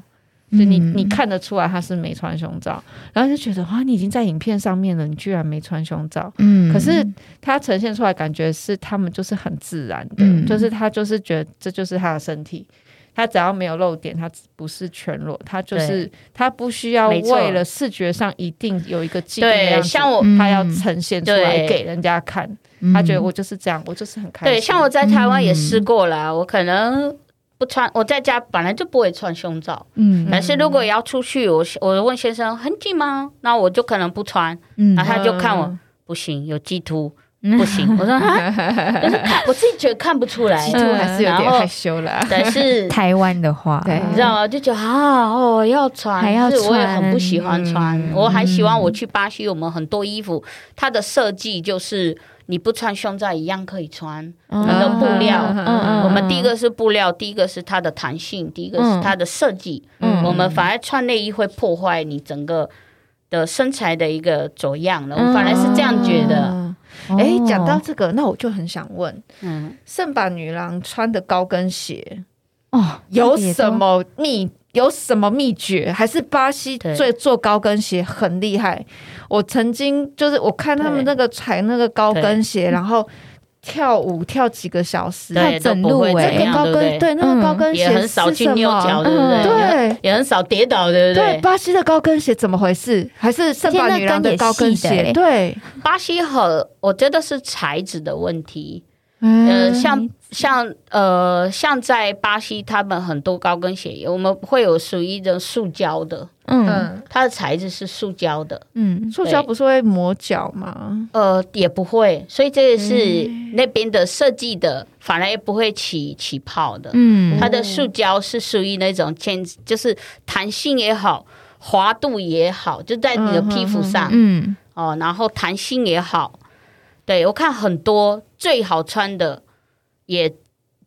Speaker 1: 就你，
Speaker 3: 嗯
Speaker 1: 你看得出来她是没穿胸罩，然后就觉得哇，你已经在影片上面了，你居然没穿胸罩，
Speaker 3: 嗯
Speaker 1: 可是它呈现出来感觉是他们就是很自然的，
Speaker 3: 嗯
Speaker 1: 就是他就是觉得这就是他的身体，他只要没有露点，他不是全裸，他就是他不需要
Speaker 2: 没错
Speaker 1: 为了视觉上一定有一个既定的
Speaker 2: 对，
Speaker 1: 样子，
Speaker 2: 像我
Speaker 1: 他要
Speaker 3: 嗯
Speaker 1: 呈现出来
Speaker 2: 对
Speaker 1: 给人家看，他觉得我就是这样，我就是很开心。
Speaker 2: 对，像我在台湾也
Speaker 3: 嗯
Speaker 2: 试过啦，我可能不穿，我在家本来就不会穿胸罩，
Speaker 3: 嗯
Speaker 2: 但是如果要出去，我我问先生很紧吗？那我就可能不穿，
Speaker 3: 嗯
Speaker 2: 然后他就看我、
Speaker 1: 嗯
Speaker 2: 不行，有鸡突
Speaker 3: 嗯
Speaker 2: 不行， 我说啊，可是看我自己觉得看不出来
Speaker 3: 鸡
Speaker 1: 其，实我还是有
Speaker 2: 然
Speaker 1: 点
Speaker 2: 后
Speaker 1: 害羞啦。
Speaker 2: 但 是
Speaker 3: 台湾的话，
Speaker 1: 对
Speaker 2: 你知道吗？就觉得啊，哦，要穿，
Speaker 3: 还要
Speaker 2: 是我也很
Speaker 3: 穿
Speaker 2: 不喜欢穿。
Speaker 1: 嗯
Speaker 2: 我还喜欢我去巴西，我们很多衣服，它的设计就是你不穿胸罩一样可以穿。
Speaker 3: 嗯
Speaker 2: 们的布料
Speaker 3: 嗯嗯
Speaker 2: 我们第一个是布料，第一个是它的弹性，第一个是它的设计。
Speaker 3: 嗯
Speaker 2: 我们反而穿内衣会破坏你整个的身材的一个走样了。我反而是这样觉得。
Speaker 1: 嗯哎，讲到这个，那我就很想问，
Speaker 2: 嗯，
Speaker 1: 圣把女郎穿的高跟鞋
Speaker 3: 哦，
Speaker 1: 有
Speaker 3: 也都
Speaker 1: 什么秘？有什么秘诀？还是巴西
Speaker 2: 对
Speaker 1: 最做高跟鞋很厉害？我曾经就是我看他们
Speaker 2: 对
Speaker 1: 那个踩那个高跟鞋，然后跳舞跳几个小时，
Speaker 2: 对，
Speaker 3: 整
Speaker 2: 都不会
Speaker 3: 路
Speaker 2: 怎
Speaker 3: 欸
Speaker 1: 那个
Speaker 2: 样
Speaker 1: 高
Speaker 2: 对不
Speaker 1: 跟
Speaker 2: 对，嗯
Speaker 1: 对那个高跟鞋
Speaker 2: 也很少
Speaker 1: 是
Speaker 2: 去
Speaker 1: 什么
Speaker 2: 扭脚，对不
Speaker 3: 嗯
Speaker 2: 对？
Speaker 1: 对
Speaker 2: 也很少跌倒，对不
Speaker 1: 对，巴西的高跟鞋怎么回事？还是圣
Speaker 3: 而且
Speaker 1: 把
Speaker 3: 那
Speaker 1: 女郎
Speaker 3: 跟也
Speaker 1: 高跟
Speaker 3: 细的欸
Speaker 1: 鞋？对，
Speaker 2: 巴西和我觉得是材质的问题，呃，
Speaker 1: 嗯
Speaker 2: 像像呃像在巴西，他们很多高跟鞋，我们会有属于一种塑胶的，
Speaker 3: 嗯
Speaker 1: 嗯，
Speaker 2: 它的材质是塑胶的，
Speaker 3: 嗯
Speaker 1: 塑胶不是会磨脚吗？
Speaker 2: 呃，也不会，所以这也是
Speaker 3: 嗯
Speaker 2: 那边的设计的，反而也不会起起泡的。
Speaker 3: 嗯
Speaker 2: 它的塑胶是属于那种坚，就是弹性也好，滑度也好，就在你的皮肤上。
Speaker 3: 嗯
Speaker 2: 哦，然后弹性也好，对我看很多最好穿的也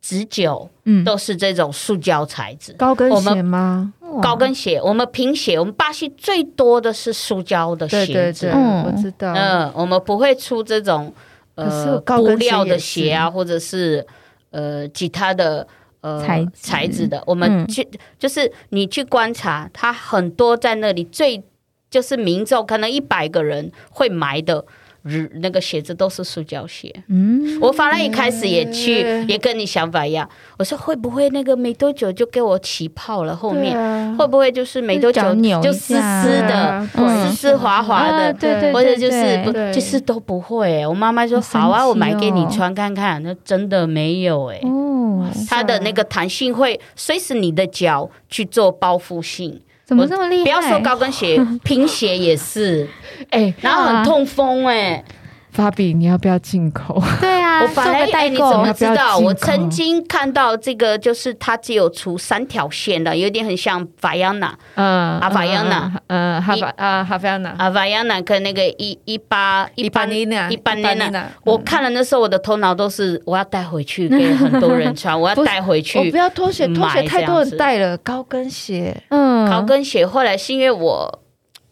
Speaker 2: 直九
Speaker 3: 嗯，
Speaker 2: 都是这种塑胶材质。
Speaker 1: 高跟
Speaker 2: 我们
Speaker 1: 鞋吗？
Speaker 3: 嗯
Speaker 2: 高跟鞋，我们平鞋，我们巴西最多的是塑胶的
Speaker 1: 对
Speaker 2: 鞋
Speaker 1: 对
Speaker 2: 子。
Speaker 1: 对，
Speaker 3: 嗯
Speaker 1: 我知道。
Speaker 2: 嗯，我们不会出这种
Speaker 1: 可是
Speaker 2: 呃
Speaker 1: 高
Speaker 2: 布
Speaker 1: 跟鞋
Speaker 2: 料的
Speaker 1: 也
Speaker 2: 鞋啊，或者是呃其他的呃
Speaker 3: 材质
Speaker 2: 材质的。我们
Speaker 3: 嗯
Speaker 2: 去、就是你去观察，它很多在那里最就是民众可能一百个人会买的。日那个鞋子都是塑胶鞋，
Speaker 3: 嗯
Speaker 2: 我反而一开始也去，
Speaker 1: 嗯
Speaker 2: 也跟你想法一样。我说会不会那个没多久就给我起泡了？后面、
Speaker 1: 对啊
Speaker 2: 会不会就是没多久
Speaker 3: 脚扭一
Speaker 2: 就湿
Speaker 3: 下
Speaker 2: 湿
Speaker 1: 对
Speaker 2: 的，
Speaker 1: 啊
Speaker 3: 嗯
Speaker 2: 湿湿滑滑的
Speaker 3: 啊？对对，
Speaker 2: 或者就是不
Speaker 3: 对
Speaker 1: 对
Speaker 2: 就是都不会欸、我妈妈说
Speaker 3: 好神
Speaker 2: 好啊，
Speaker 3: 奇
Speaker 2: 我买给你
Speaker 3: 哦
Speaker 2: 穿看看，那真的没有哎、
Speaker 3: 哦，
Speaker 2: 它的那个弹性会随时你的脚去做包覆性，
Speaker 3: 怎么这么厉害？
Speaker 2: 不要说高跟鞋，平鞋也是，
Speaker 1: 哎，
Speaker 2: 然后很痛风哎、
Speaker 1: 法比，你要不要进口？
Speaker 3: 对啊，
Speaker 2: 我本来
Speaker 3: 做个代
Speaker 2: 哎你怎
Speaker 3: 购
Speaker 2: 么，知
Speaker 1: 要不要
Speaker 2: 道？
Speaker 1: 进口
Speaker 2: 我曾经看到这个，就是它只有出三条线的，有点很像法央娜，
Speaker 1: 嗯，
Speaker 2: 阿啊法央娜
Speaker 1: 嗯，嗯，哈法啊，哈法央娜，
Speaker 2: 啊，法央娜跟那个一一八一八
Speaker 1: 娜
Speaker 2: 一般
Speaker 1: 般
Speaker 2: 的呢，
Speaker 1: 嗯
Speaker 2: 我看了那时候，我的头脑都是我要带回去给很多人 穿，我要带回
Speaker 1: 我不
Speaker 2: 去。
Speaker 1: 要拖鞋，拖
Speaker 2: 买
Speaker 1: 鞋太
Speaker 2: 这样
Speaker 1: 多人
Speaker 2: 子
Speaker 1: 戴了，高跟鞋。
Speaker 3: 嗯，
Speaker 2: 高跟鞋后来是因为我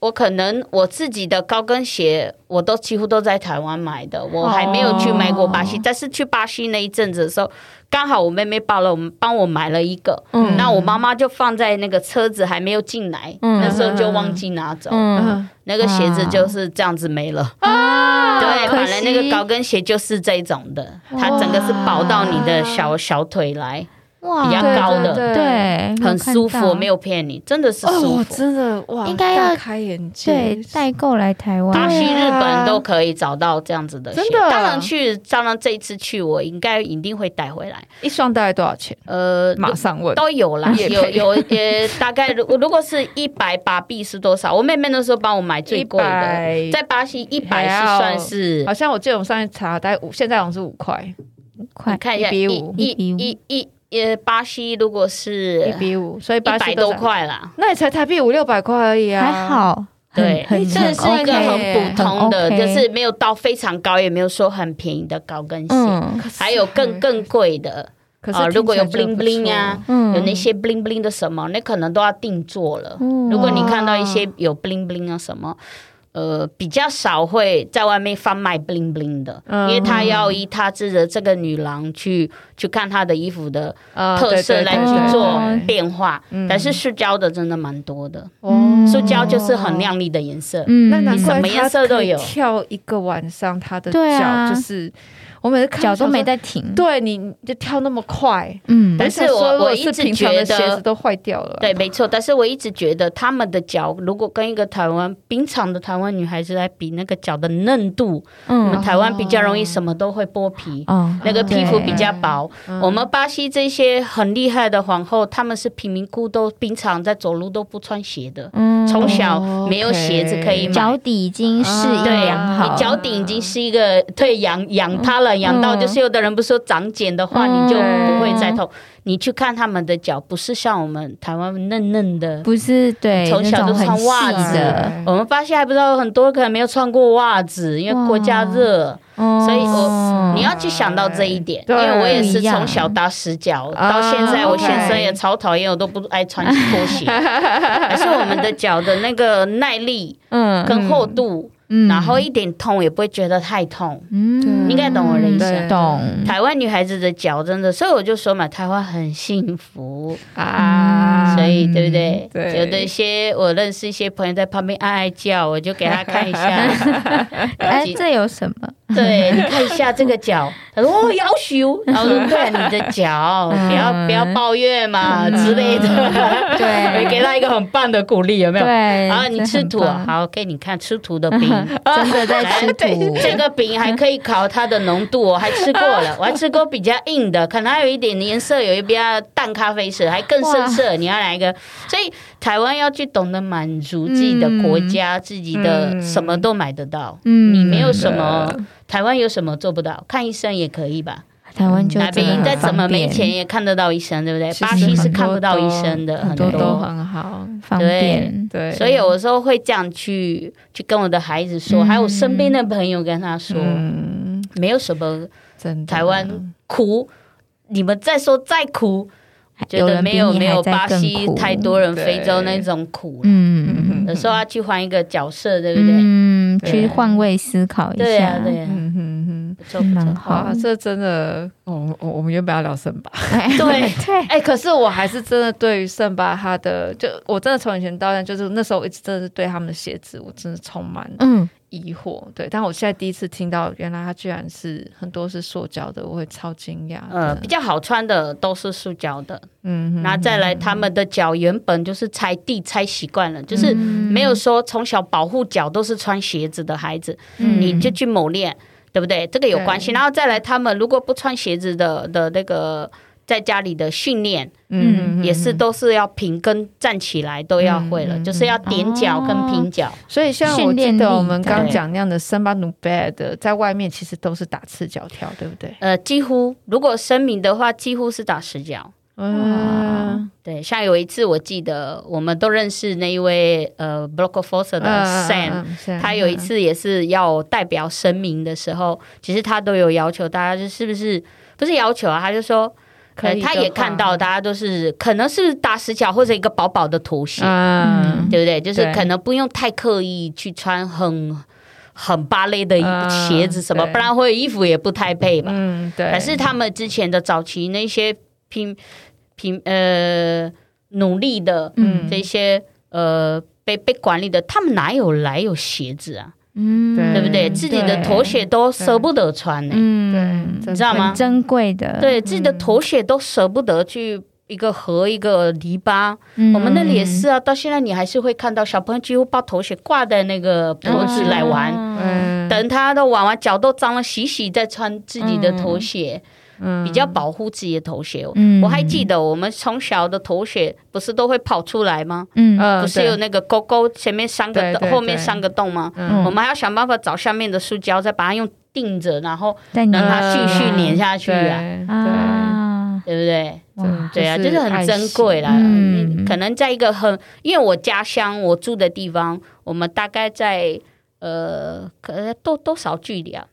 Speaker 2: 我可能我自己的高跟鞋，我都几乎都在台湾买的，我还没有去买过巴
Speaker 1: 哦
Speaker 2: 西。但是去巴西那一阵子的时候，刚好我妹妹帮了我们帮我买了一个，
Speaker 3: 嗯
Speaker 2: 那我妈妈就放在那个车子还没有进来，
Speaker 3: 嗯
Speaker 2: 那时候就忘记拿走，
Speaker 3: 嗯，
Speaker 2: 那个鞋子就是这样子没了。
Speaker 3: 啊
Speaker 2: 对，
Speaker 3: 可
Speaker 2: 本来那个
Speaker 3: 惜
Speaker 2: 高跟鞋就是这种的，它整个是薄到你的小小腿来，
Speaker 4: 哇
Speaker 2: 比较高的
Speaker 1: 对
Speaker 3: 对，
Speaker 2: 很舒服，我没
Speaker 3: 有
Speaker 2: 有骗你，真的是
Speaker 1: 哦，
Speaker 2: 舒
Speaker 1: 我
Speaker 2: 服。
Speaker 1: 真的哇，
Speaker 4: 应该要
Speaker 1: 大开眼界，
Speaker 3: 对代购来台
Speaker 2: 巴
Speaker 3: 湾，
Speaker 2: 西、
Speaker 1: 对
Speaker 2: 日
Speaker 1: 啊
Speaker 2: 本都可以找到这样子的鞋。
Speaker 1: 真的
Speaker 2: 当然去，当然这一次去，我应该一定会带回来。
Speaker 1: 一双大概多少钱？
Speaker 2: 呃，
Speaker 1: 马上问。
Speaker 2: 都有啦，
Speaker 1: 也
Speaker 2: 有
Speaker 1: 配
Speaker 2: 有呃，大概如如果是一百把币是多少？我妹妹那时候帮我买最贵的
Speaker 1: 100，
Speaker 2: 在巴西一
Speaker 1: 还
Speaker 2: 百是
Speaker 1: 要
Speaker 2: 算是
Speaker 1: 好，像我记得我们上一查，大概五，现在好像是五块，
Speaker 3: 快
Speaker 2: 你看一下
Speaker 1: 150
Speaker 2: 一一一一呃，巴西如果
Speaker 1: 一
Speaker 2: 是
Speaker 1: 比五，所以
Speaker 2: 啊一
Speaker 1: 八
Speaker 2: 百
Speaker 1: 十
Speaker 2: 多，块啦，
Speaker 1: 那也才台币五六百块而已啊，
Speaker 3: 还。好，很
Speaker 2: 对，
Speaker 3: 很
Speaker 2: 这
Speaker 3: 嗯很
Speaker 2: 是一个
Speaker 3: OK
Speaker 2: 很普通的，
Speaker 3: 很
Speaker 2: 就
Speaker 3: OK
Speaker 2: 是没有到非常高，也没有说很便宜的高跟鞋，
Speaker 3: 嗯
Speaker 2: 还有更更贵的。
Speaker 1: 可是
Speaker 2: 啊，如果有
Speaker 1: 听起来就
Speaker 2: bling
Speaker 1: 不
Speaker 2: bling
Speaker 1: 错
Speaker 2: 啊，，
Speaker 3: 嗯
Speaker 2: 有那些 bling bling 的什么，那可能都要定做了。
Speaker 3: 嗯
Speaker 2: 如果你看到一些有 bling bling 啊什么，呃，比较少会在外面贩卖 bling bling 的，
Speaker 1: 嗯
Speaker 2: 因为他要依他自己的这个女郎去去看她的衣服的
Speaker 1: 啊
Speaker 2: 特色来去做变化。
Speaker 1: 嗯
Speaker 2: 但是塑胶的真的蛮多的，
Speaker 1: 哦
Speaker 2: 塑胶就是很亮丽的颜色。
Speaker 3: 嗯
Speaker 1: 那难
Speaker 2: 你
Speaker 1: 怪
Speaker 2: 什么颜色都有
Speaker 1: 他可以跳一个晚上，他的
Speaker 3: 对
Speaker 1: 脚
Speaker 3: 啊
Speaker 1: 就是我每次看
Speaker 3: 脚都没
Speaker 1: 在，
Speaker 3: 在停，
Speaker 1: 对，你你就跳那么快，
Speaker 3: 嗯
Speaker 2: 但是我
Speaker 1: 我
Speaker 2: 我一
Speaker 1: 是
Speaker 2: 直
Speaker 1: 平常的
Speaker 2: 觉得
Speaker 1: 鞋子都坏掉了，
Speaker 2: 对，没错。但是我一直觉得他们的脚，如果跟一个台湾平常的台湾女孩子来比，那个脚的嫩度，我们
Speaker 3: 嗯
Speaker 2: 台湾比较容易什么都会剥皮，
Speaker 3: 哦
Speaker 2: 那个皮肤比较薄。
Speaker 1: 嗯
Speaker 2: 我们巴西这些很厉害的皇后，她们是贫民窟，都平常在走路都不穿鞋的，
Speaker 3: 嗯
Speaker 2: 从小
Speaker 1: 哦
Speaker 2: 没有鞋子可以买。
Speaker 3: 脚底已经适应
Speaker 2: 对
Speaker 3: 良好
Speaker 2: 你
Speaker 3: 了，
Speaker 2: 脚底已经是一个对养养它了，养到就是有的人不是说长茧的话，
Speaker 3: 嗯
Speaker 2: 你就不会再痛。你去看他们的脚，不是像我们台湾嫩嫩的，
Speaker 3: 不是对
Speaker 2: 从小
Speaker 3: 那
Speaker 2: 都
Speaker 3: 种很
Speaker 2: 穿袜
Speaker 3: 细
Speaker 2: 子
Speaker 3: 的，
Speaker 2: 我们巴西还不知道有很多可能没有穿过袜子，因为国家
Speaker 3: 哇
Speaker 2: 热。
Speaker 3: 所
Speaker 2: 所以
Speaker 3: 哦
Speaker 2: 我你要去想到这一点，因
Speaker 1: 对
Speaker 2: 为我也是从小打死脚，
Speaker 1: 啊
Speaker 2: 到现在我
Speaker 1: OK
Speaker 2: 先生也超讨厌，我都不爱穿拖鞋。还是我们的脚的那个耐力
Speaker 3: 嗯
Speaker 2: 跟厚度，
Speaker 3: 嗯
Speaker 2: 然后一点痛也不会觉得太痛。
Speaker 3: 嗯
Speaker 2: 你应该懂我的意思
Speaker 3: 懂
Speaker 2: 台湾女孩子的脚真的，所以我就说嘛，台湾很幸福，
Speaker 3: 嗯
Speaker 1: 啊，
Speaker 2: 嗯所以对不对？
Speaker 1: 对
Speaker 2: 有的一些我认识一些朋友在旁边哀哀叫，我就给他看一 下，
Speaker 3: 哎，这有什么？
Speaker 2: 对，你看一下这个脚，他说哦，要求，然后我说对，你的脚，不要不要抱怨嘛
Speaker 3: 嗯
Speaker 2: 之类的，
Speaker 3: 对
Speaker 2: 我给他一个很棒的鼓励，有没有？
Speaker 3: 对，
Speaker 2: 然后你
Speaker 3: 这
Speaker 2: 吃
Speaker 3: 很
Speaker 2: 土，啊
Speaker 3: 棒，
Speaker 2: 好，给你看吃土的饼， 哎
Speaker 3: 真的在吃 土，
Speaker 2: 这个饼还可以烤它的浓度，哦我还吃过了，我还吃过比较硬的，可能还有一点颜色，有一比较淡咖啡色，还更深色。你要哪一个？所以台湾要去懂得满足自己的国家，自己的
Speaker 1: 嗯
Speaker 2: 什么都买得到。
Speaker 3: 嗯
Speaker 2: 你没有什么，台湾有什么做不到？看医生也可以吧？
Speaker 3: 台湾就
Speaker 2: 哪
Speaker 3: 真的
Speaker 2: 边
Speaker 3: 很
Speaker 2: 再怎么
Speaker 3: 方
Speaker 2: 没
Speaker 3: 便
Speaker 2: 钱也看得到医生，对不对？
Speaker 1: 其实
Speaker 2: 巴西是
Speaker 1: 很
Speaker 2: 看不
Speaker 1: 多
Speaker 2: 到医
Speaker 1: 都
Speaker 2: 生的，
Speaker 3: 很
Speaker 2: 很
Speaker 1: 都
Speaker 3: 多
Speaker 1: 都很好，
Speaker 3: 方
Speaker 2: 对
Speaker 3: 便，
Speaker 1: 对，
Speaker 2: 所以有时候会这样去去跟我的孩子说，还有身边的朋友跟他说，
Speaker 1: 嗯，
Speaker 2: 没有什么
Speaker 1: 真的嗯
Speaker 2: 台湾苦，你们再说再苦，觉
Speaker 3: 有
Speaker 2: 得
Speaker 3: 人
Speaker 2: 没
Speaker 3: 比
Speaker 2: 有
Speaker 3: 你
Speaker 2: 没
Speaker 3: 还
Speaker 2: 有
Speaker 3: 在
Speaker 2: 巴
Speaker 3: 更
Speaker 2: 西
Speaker 3: 苦
Speaker 2: 太多人，
Speaker 1: 对
Speaker 2: 非洲那种苦了。
Speaker 3: 嗯
Speaker 2: 有时候要去换一个角色，对不对？
Speaker 3: 嗯，
Speaker 1: 对
Speaker 3: 去换位思考一
Speaker 2: 对
Speaker 3: 下
Speaker 2: 呀，，对啊呀，
Speaker 1: 嗯哼哼，
Speaker 2: 不错不
Speaker 3: 蛮
Speaker 2: 错。
Speaker 3: 好
Speaker 1: 哇，这真的，哦我我们原本要聊什么？
Speaker 2: 对，
Speaker 3: 对，
Speaker 1: 哎、可是我还是真的对于圣巴哈的，就我真的从以前到现在，就是那时候我一直真的是对他们的鞋子，我真的充满
Speaker 3: 嗯，
Speaker 1: 疑惑。对，但我现在第一次听到，原来它居然是很多是塑胶的，我会超惊讶。
Speaker 2: 呃，比较好穿的都是塑胶的，
Speaker 1: 嗯
Speaker 2: 那再来他们的脚原本就是踩地踩习惯
Speaker 3: 嗯
Speaker 2: 了，就是没有说从小保护脚都是穿鞋子的孩子，
Speaker 3: 嗯
Speaker 2: 你就去猛练，对不对？这个有关系。然后再来他们如果不穿鞋子的的那个。在家里的训练
Speaker 1: 嗯
Speaker 2: 也是，都是要平跟站起来都要会了，
Speaker 1: 嗯哦
Speaker 2: 就是要踮脚跟平脚。
Speaker 1: 所以像我
Speaker 3: 训练
Speaker 1: 记得
Speaker 3: 力
Speaker 1: 我们刚
Speaker 2: 对
Speaker 1: 讲那样的圣巴努贝的，在外面其实都是打赤脚跳，对不对？
Speaker 2: 呃，几乎如果声明的话，几乎是打死脚。
Speaker 1: 嗯，
Speaker 2: 对，像有一次我记得我们都认识那一位呃 Block f o r c e 的 Sam，、
Speaker 1: 嗯 Sam，
Speaker 2: 他有一次也是要代表声明的时候，其实他都有要求大家，就是不是不是要求啊，他就说，可能他也看到，大家都是可能是打死角或者一个薄薄的头衔，
Speaker 1: 嗯，
Speaker 2: 对不对？就是
Speaker 1: 对
Speaker 2: 可能不用太刻意去穿很很芭蕾的
Speaker 1: 嗯
Speaker 2: 鞋子什么，
Speaker 1: 对
Speaker 2: 不然会衣服也不太配吧。
Speaker 1: 嗯，对。
Speaker 2: 可是他们之前的早期那些拼拼呃努力的
Speaker 3: 嗯
Speaker 2: 这些呃被被管理的，他们哪有来有鞋子啊？
Speaker 3: 嗯，
Speaker 1: 对
Speaker 2: 对不对？自己的
Speaker 1: 对
Speaker 2: 头鞋都舍不得穿呢、
Speaker 3: 嗯，
Speaker 1: 对，
Speaker 2: 你知道吗
Speaker 3: 很珍贵
Speaker 1: 嗯
Speaker 3: 的，
Speaker 2: 对自己的头鞋都舍不得去一个河一个篱笆，
Speaker 3: 嗯，
Speaker 2: 我们那里也是啊。到现在你还是会看到小朋友几乎把头鞋挂在那个脖子来玩，
Speaker 3: 嗯
Speaker 1: 嗯，
Speaker 2: 等他都玩完脚都脏了，洗洗再穿自己的头鞋，
Speaker 1: 嗯
Speaker 2: 比较保护自己的头鞋。哦
Speaker 3: 嗯
Speaker 2: 我还记得我们从小的头鞋不是都会跑出来吗？
Speaker 3: 嗯
Speaker 1: 嗯，
Speaker 2: 不是有那个勾勾前面三
Speaker 1: 对对
Speaker 2: 个洞，后面
Speaker 1: 对
Speaker 2: 三个洞吗？
Speaker 1: 嗯
Speaker 2: 我们还要想办法找下面的塑胶，再把它用钉着，然后
Speaker 3: 但你
Speaker 2: 让它继续粘下去啊，
Speaker 1: 啊，
Speaker 3: 啊，
Speaker 2: 对不对？
Speaker 1: 对
Speaker 3: 哇，
Speaker 2: 对啊，就是很珍贵啦。
Speaker 3: 嗯
Speaker 2: 嗯，可能在一个很，因为我家乡我住的地方，我们大概在呃，可能多多少距离啊？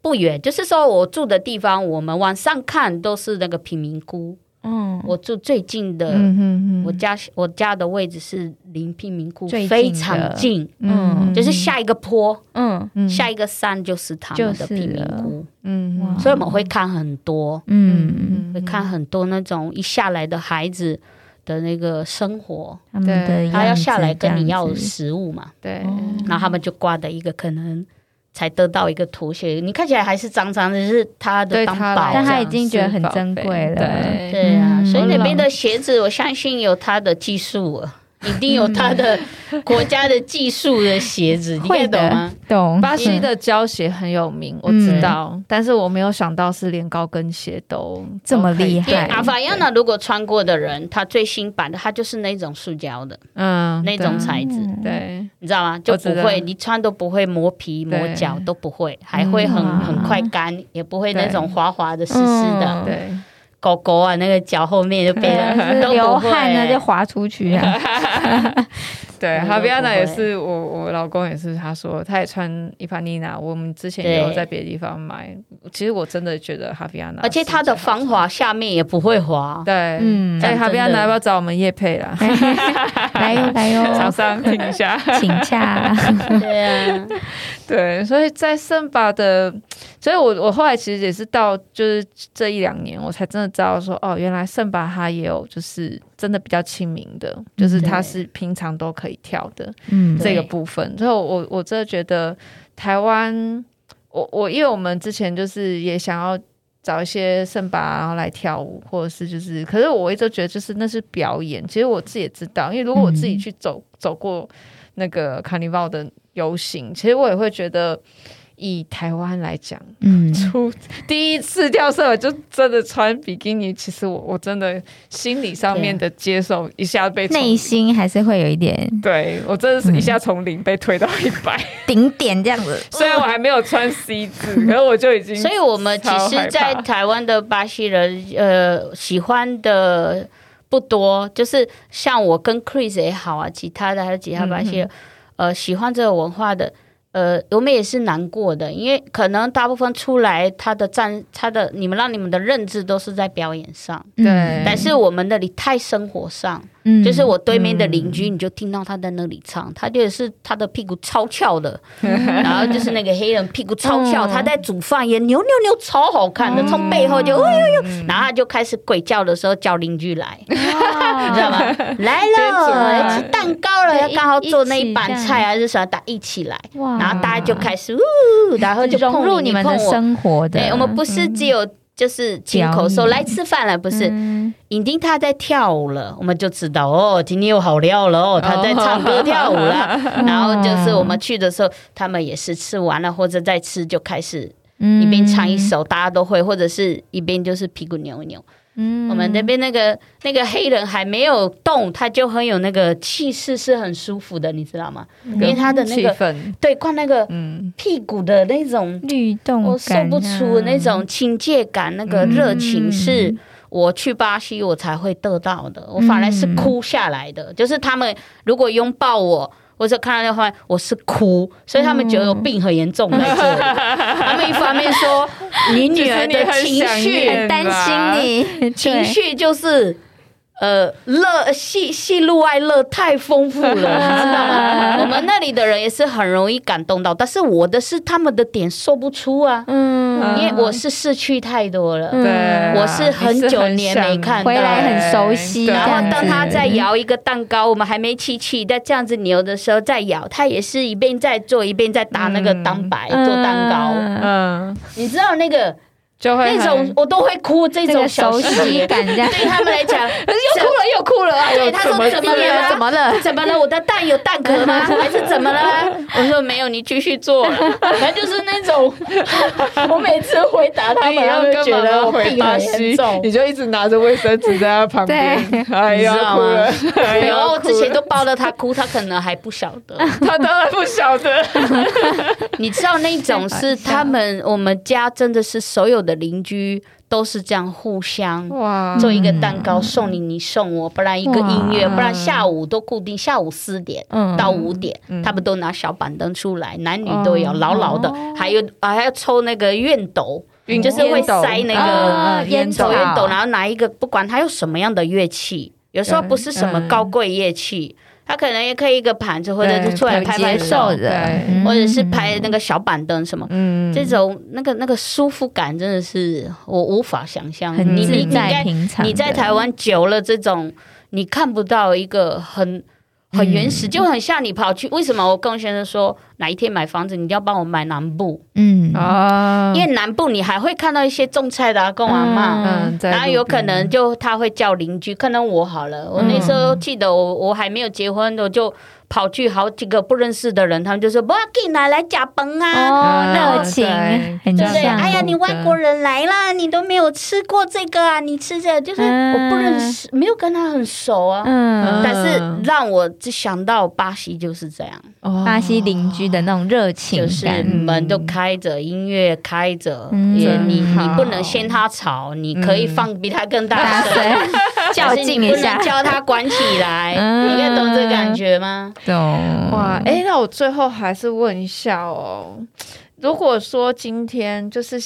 Speaker 2: 不远，就是说我住的地方，我们往上看都是那个贫民窟。
Speaker 3: 嗯，
Speaker 2: 我住最近的，
Speaker 1: 嗯嗯
Speaker 2: 我家我家的位置是离贫民窟
Speaker 3: 最近的
Speaker 2: 非常近，
Speaker 3: 嗯
Speaker 2: 就是下一个坡、
Speaker 3: 嗯
Speaker 1: 嗯
Speaker 2: 下一个山就是他们
Speaker 3: 就是
Speaker 2: 的贫民
Speaker 3: 了
Speaker 2: 窟，
Speaker 1: 嗯
Speaker 3: 哇
Speaker 2: 所以我们会看很多。
Speaker 3: 嗯，
Speaker 2: 会看很多那种一下来的孩子的那个生活，
Speaker 3: 他们的
Speaker 1: 对
Speaker 3: 样
Speaker 2: 他要下来
Speaker 3: 子
Speaker 2: 跟你
Speaker 3: 这样
Speaker 2: 要
Speaker 3: 子
Speaker 2: 食物嘛，
Speaker 1: 对，
Speaker 2: 然后他们就挂的一个可能才得到一个头衔，你看起来还是脏脏的，只是他的
Speaker 1: 对
Speaker 2: 当
Speaker 1: 他
Speaker 2: 宝
Speaker 1: 来
Speaker 2: 这
Speaker 3: 但他
Speaker 2: 样
Speaker 3: 已经觉得很珍贵了，
Speaker 1: 对
Speaker 2: 对啊，
Speaker 3: 嗯
Speaker 2: 所以那边
Speaker 1: 我
Speaker 2: 的鞋子，我相信有他的技术了， 一定有他的
Speaker 1: 嗯
Speaker 2: 国家的技术的鞋子，你
Speaker 3: 会
Speaker 2: 看懂
Speaker 3: 的
Speaker 2: 吗？，
Speaker 3: 懂，嗯
Speaker 1: 巴
Speaker 2: 嗯
Speaker 1: 西的胶鞋很有名，我知道，但是我没有想到是连高跟鞋都
Speaker 3: 这么厉害
Speaker 2: 因为阿法亚娜如果穿过的人，他最新版的，它就是那种塑胶的
Speaker 1: 嗯，
Speaker 2: 那种材质，
Speaker 1: 对，
Speaker 2: 你知道吗？就
Speaker 1: 我
Speaker 2: 不
Speaker 1: 知道
Speaker 2: 会，你穿都不会磨皮
Speaker 1: 对嗯
Speaker 2: 磨脚都不会，还会很、
Speaker 3: 哇
Speaker 2: 很快干，也不会
Speaker 1: 对
Speaker 2: 那种滑滑的湿湿的。
Speaker 3: 嗯
Speaker 1: 对
Speaker 2: 狗狗啊，那个脚后面就
Speaker 3: 对
Speaker 2: 变
Speaker 3: 啊，
Speaker 2: 了，
Speaker 3: 是
Speaker 2: 都不
Speaker 3: 流
Speaker 2: 会
Speaker 3: 汗呢就滑出去啊，
Speaker 1: 对，
Speaker 2: 那个
Speaker 1: 哈比亚
Speaker 2: 不
Speaker 1: 娜
Speaker 2: 会
Speaker 1: 也是我我老公也是，他说他也穿伊凡妮娜，我们之前也有
Speaker 2: 对
Speaker 1: 在别的地方买，其实我真的觉得哈比亚娜，
Speaker 2: 而且它的防滑下面也不会滑。
Speaker 1: 对，
Speaker 3: 嗯
Speaker 1: 哎，哈比亚
Speaker 2: 讲真
Speaker 1: 娜
Speaker 2: 的哎
Speaker 1: 要不要找我们叶配啦？
Speaker 3: 来哟来
Speaker 1: 厂
Speaker 3: 哟，
Speaker 1: 商听一下，
Speaker 3: 请假，
Speaker 2: 对啊，
Speaker 1: 对，所以在圣巴的，所以我我后来其实也是到就是这一两年，我才真的知道说，哦，原来圣巴它也有就是真的比较亲民的，就是它
Speaker 2: 对
Speaker 1: 是平常都可以跳的
Speaker 3: 嗯，
Speaker 2: 对
Speaker 1: 这个部分。所以我我我真的觉得台湾，我我因为我们之前就是也想要。找一些圣巴，然后来跳舞，或者是就是，可是我一直觉得就是那是表演。其实我自己也知道，因为如果我自己
Speaker 3: 嗯
Speaker 1: 去走、走过那个 Carnival 的游行，其实我也会觉得，以台湾来讲，
Speaker 3: 嗯，
Speaker 1: 出第一次跳色我就真的穿比基尼，其实我我真的心理上面的接受一下被从
Speaker 3: 啊内心嗯还是会有一点
Speaker 1: 对我真的是一下从零被推到一百、
Speaker 3: 顶点这样子，
Speaker 1: 虽然我还没有穿 C 字，可是我就已经
Speaker 2: 所以我们其
Speaker 1: 超害
Speaker 2: 实，在
Speaker 1: 怕
Speaker 2: 台湾的巴西人，呃，喜欢的不多，就是像我跟 Chris 也好啊，其他的还有其他巴西
Speaker 3: 嗯
Speaker 2: 人，呃，喜欢这个文化的，呃，我们也是难过的，因为可能大部分出来他的战，他的你们让你们的认知都是在表演上，
Speaker 1: 对
Speaker 2: 但是我们那里太生活上，
Speaker 3: 嗯
Speaker 2: 就是我对面的邻居，你就听到他在那里唱，他就是他的屁股超翘 的，然后就是那个黑人屁股超
Speaker 3: 嗯
Speaker 2: 翘，他在煮饭也扭扭扭，超好看的，从背后就
Speaker 3: 嗯
Speaker 2: 哎呦呦，然后他就开始鬼叫的时候叫邻居来，你知 道吗？来了，
Speaker 1: 边
Speaker 2: 吃蛋糕了，
Speaker 3: 对
Speaker 2: 要刚好
Speaker 3: 一
Speaker 2: 做那一
Speaker 3: 一
Speaker 2: 盘
Speaker 3: 起这
Speaker 2: 菜
Speaker 3: 样
Speaker 2: 还是啥，大家一起来，
Speaker 3: 哇
Speaker 2: 然后大家就开始呜，然后就碰
Speaker 3: 嗯融入你们的
Speaker 2: 碰我
Speaker 3: 生活的，
Speaker 2: 对，我们不是只有就是亲口说
Speaker 3: 嗯表演
Speaker 2: 来吃饭了，不是。
Speaker 3: 嗯
Speaker 2: 已经他在跳舞了，我们就知道哦，今天有好料了哦，他在唱歌跳舞了。然后就是我们去的时候，他们也是吃完了或者在吃就开始
Speaker 3: 嗯
Speaker 2: 一边唱一首，大家都会，或者是一边就是屁股扭一扭。
Speaker 3: 嗯
Speaker 2: 我们那边那个那个黑人还没有动，他就很有那个气势，是很舒服的，你知道吗？因为他的
Speaker 1: 嗯
Speaker 2: 那
Speaker 1: 气
Speaker 2: 个
Speaker 1: 氛，
Speaker 2: 对，光那个
Speaker 1: 嗯，
Speaker 2: 屁股的那种
Speaker 3: 律动
Speaker 2: 我受
Speaker 3: 感
Speaker 2: 不出
Speaker 3: 啊
Speaker 2: 那种亲切感，那个热情
Speaker 1: 嗯
Speaker 2: 是我去巴西
Speaker 1: 嗯
Speaker 2: 我才会得到的，我反而是哭下来的。就是他们如果拥抱我，或者看到那画，我是哭，所以他们觉得我病很严重来 这里。他们一方面说你女儿的
Speaker 1: 其
Speaker 2: 情
Speaker 1: 实你很
Speaker 2: 绪
Speaker 1: 想
Speaker 3: 很担心你
Speaker 2: 情，绪就是呃乐戏戏路外乐太丰富 了，你知道吗？我们那里的人也是很容易感动到，但是我的是他们的点说不出啊，
Speaker 3: 嗯，
Speaker 2: 因为我是逝去太多了。
Speaker 3: 嗯
Speaker 1: 对啊，
Speaker 2: 我是很久年没看到
Speaker 3: 回来很熟悉
Speaker 1: 对
Speaker 2: 然
Speaker 3: 这
Speaker 2: 后
Speaker 3: 样子
Speaker 2: 当他在摇一个蛋糕，我们还没起起，在这样子扭的时候再摇，他也是一边在做，一边在打那个蛋白、做蛋糕。
Speaker 3: 嗯
Speaker 1: 嗯，
Speaker 2: 你知道那个
Speaker 1: 就会很
Speaker 2: 那种我都会哭，这
Speaker 3: 这
Speaker 2: 种
Speaker 3: 个
Speaker 2: 小
Speaker 3: 熟
Speaker 2: 细
Speaker 3: 悉
Speaker 2: 节
Speaker 3: 感这样。
Speaker 2: 对他们 来讲，
Speaker 3: 又哭了又哭了，哎
Speaker 2: 对他说怎么了
Speaker 3: 怎么了？
Speaker 2: 怎么了？我的蛋有蛋壳 吗？还是怎么了？我说没有，你继续做。反正就是那种，我每次回答他
Speaker 3: 哎
Speaker 1: 你
Speaker 2: 们，他
Speaker 1: 要
Speaker 2: 们就
Speaker 1: 跟
Speaker 2: 觉
Speaker 1: 妈
Speaker 2: 得
Speaker 1: 妈
Speaker 2: 我
Speaker 1: 回
Speaker 2: 病
Speaker 1: 巴
Speaker 2: 很
Speaker 1: 西
Speaker 2: 严重，，
Speaker 1: 你就一直拿着卫生纸在他旁边，哎
Speaker 2: 你知
Speaker 1: 呀
Speaker 2: 道
Speaker 1: 哭
Speaker 2: 吗
Speaker 1: 了，哎
Speaker 2: 然
Speaker 1: 呀
Speaker 2: 后我
Speaker 1: 哭
Speaker 2: 之前
Speaker 1: 了，
Speaker 2: 都抱着他哭，他可能还不晓 得。
Speaker 1: 他当然不晓 得，
Speaker 2: 你知道那种是他们，我们家真的是所有的邻居都是这样互相。
Speaker 1: 哇
Speaker 2: 做一个蛋糕送你，你送我，不然一个音乐，不然下午都固定下午四点
Speaker 3: 嗯
Speaker 2: 到五点，他们都拿小板凳出来，男女都有，牢牢的，还有啊还要抽那个熨斗，就是会塞那个
Speaker 3: 啊烟
Speaker 2: 抽
Speaker 3: 斗
Speaker 2: 熨斗，然后拿一个不管它有什么样的乐器，有时候不是什么高贵乐器，它可能也可以一个盘子，或者是出来拍拍
Speaker 3: 接
Speaker 2: 手
Speaker 3: 受，的，嗯
Speaker 2: 或者是拍那个小板凳什么，
Speaker 1: 嗯
Speaker 2: 这种那个那个舒服感真的是我无法想象。
Speaker 3: 很
Speaker 2: 你你
Speaker 3: 自
Speaker 2: 你
Speaker 3: 在
Speaker 2: 在
Speaker 3: 平常的。
Speaker 2: 你在台湾久了，这种你看不到一个很很
Speaker 1: 嗯
Speaker 2: 原始，就很像你跑去。为什么我跟我先生说哪一天买房子，你一定要帮我买南部？
Speaker 3: 嗯
Speaker 1: 啊
Speaker 2: 因为南部你还会看到一些种菜的阿公阿妈。
Speaker 1: 嗯，在
Speaker 2: 然后
Speaker 1: 路
Speaker 2: 有
Speaker 1: 边
Speaker 2: 可能就他会叫邻居，可能我好了，
Speaker 1: 嗯
Speaker 2: 我那时候记得我我还没有结婚，我就跑去好几个不认识的人，他们就说不要进来来假崩啊，
Speaker 3: 哦，
Speaker 2: 那
Speaker 3: 热
Speaker 2: 我
Speaker 3: 情
Speaker 1: 嗯对
Speaker 3: 很
Speaker 2: 对
Speaker 3: 像
Speaker 2: 不对？
Speaker 1: 像
Speaker 2: 哎呀，你外国人来啦，你都没有吃过这个啊，你吃这个就是
Speaker 3: 嗯
Speaker 2: 我不认识，没有跟他很熟啊。
Speaker 3: 嗯，
Speaker 2: 但是让我只想到巴西就是这样，
Speaker 3: 巴西邻居的那种热情
Speaker 2: 就是嗯
Speaker 3: 感，
Speaker 2: 门都开着，音乐开着，
Speaker 3: 嗯
Speaker 2: 也你
Speaker 1: 真好
Speaker 2: 你不能嫌他吵，你可以放比他更大
Speaker 3: 嗯大
Speaker 2: 声，
Speaker 3: 声较
Speaker 2: 但是你
Speaker 3: 劲
Speaker 2: 不
Speaker 3: 一
Speaker 2: 能
Speaker 3: 下，
Speaker 2: 叫他管起来，
Speaker 3: 嗯
Speaker 2: 你看懂这感觉吗？
Speaker 3: 懂
Speaker 1: 哇，
Speaker 2: 嗯
Speaker 1: 哎、那我最后还是问一下哦，如果说今天就是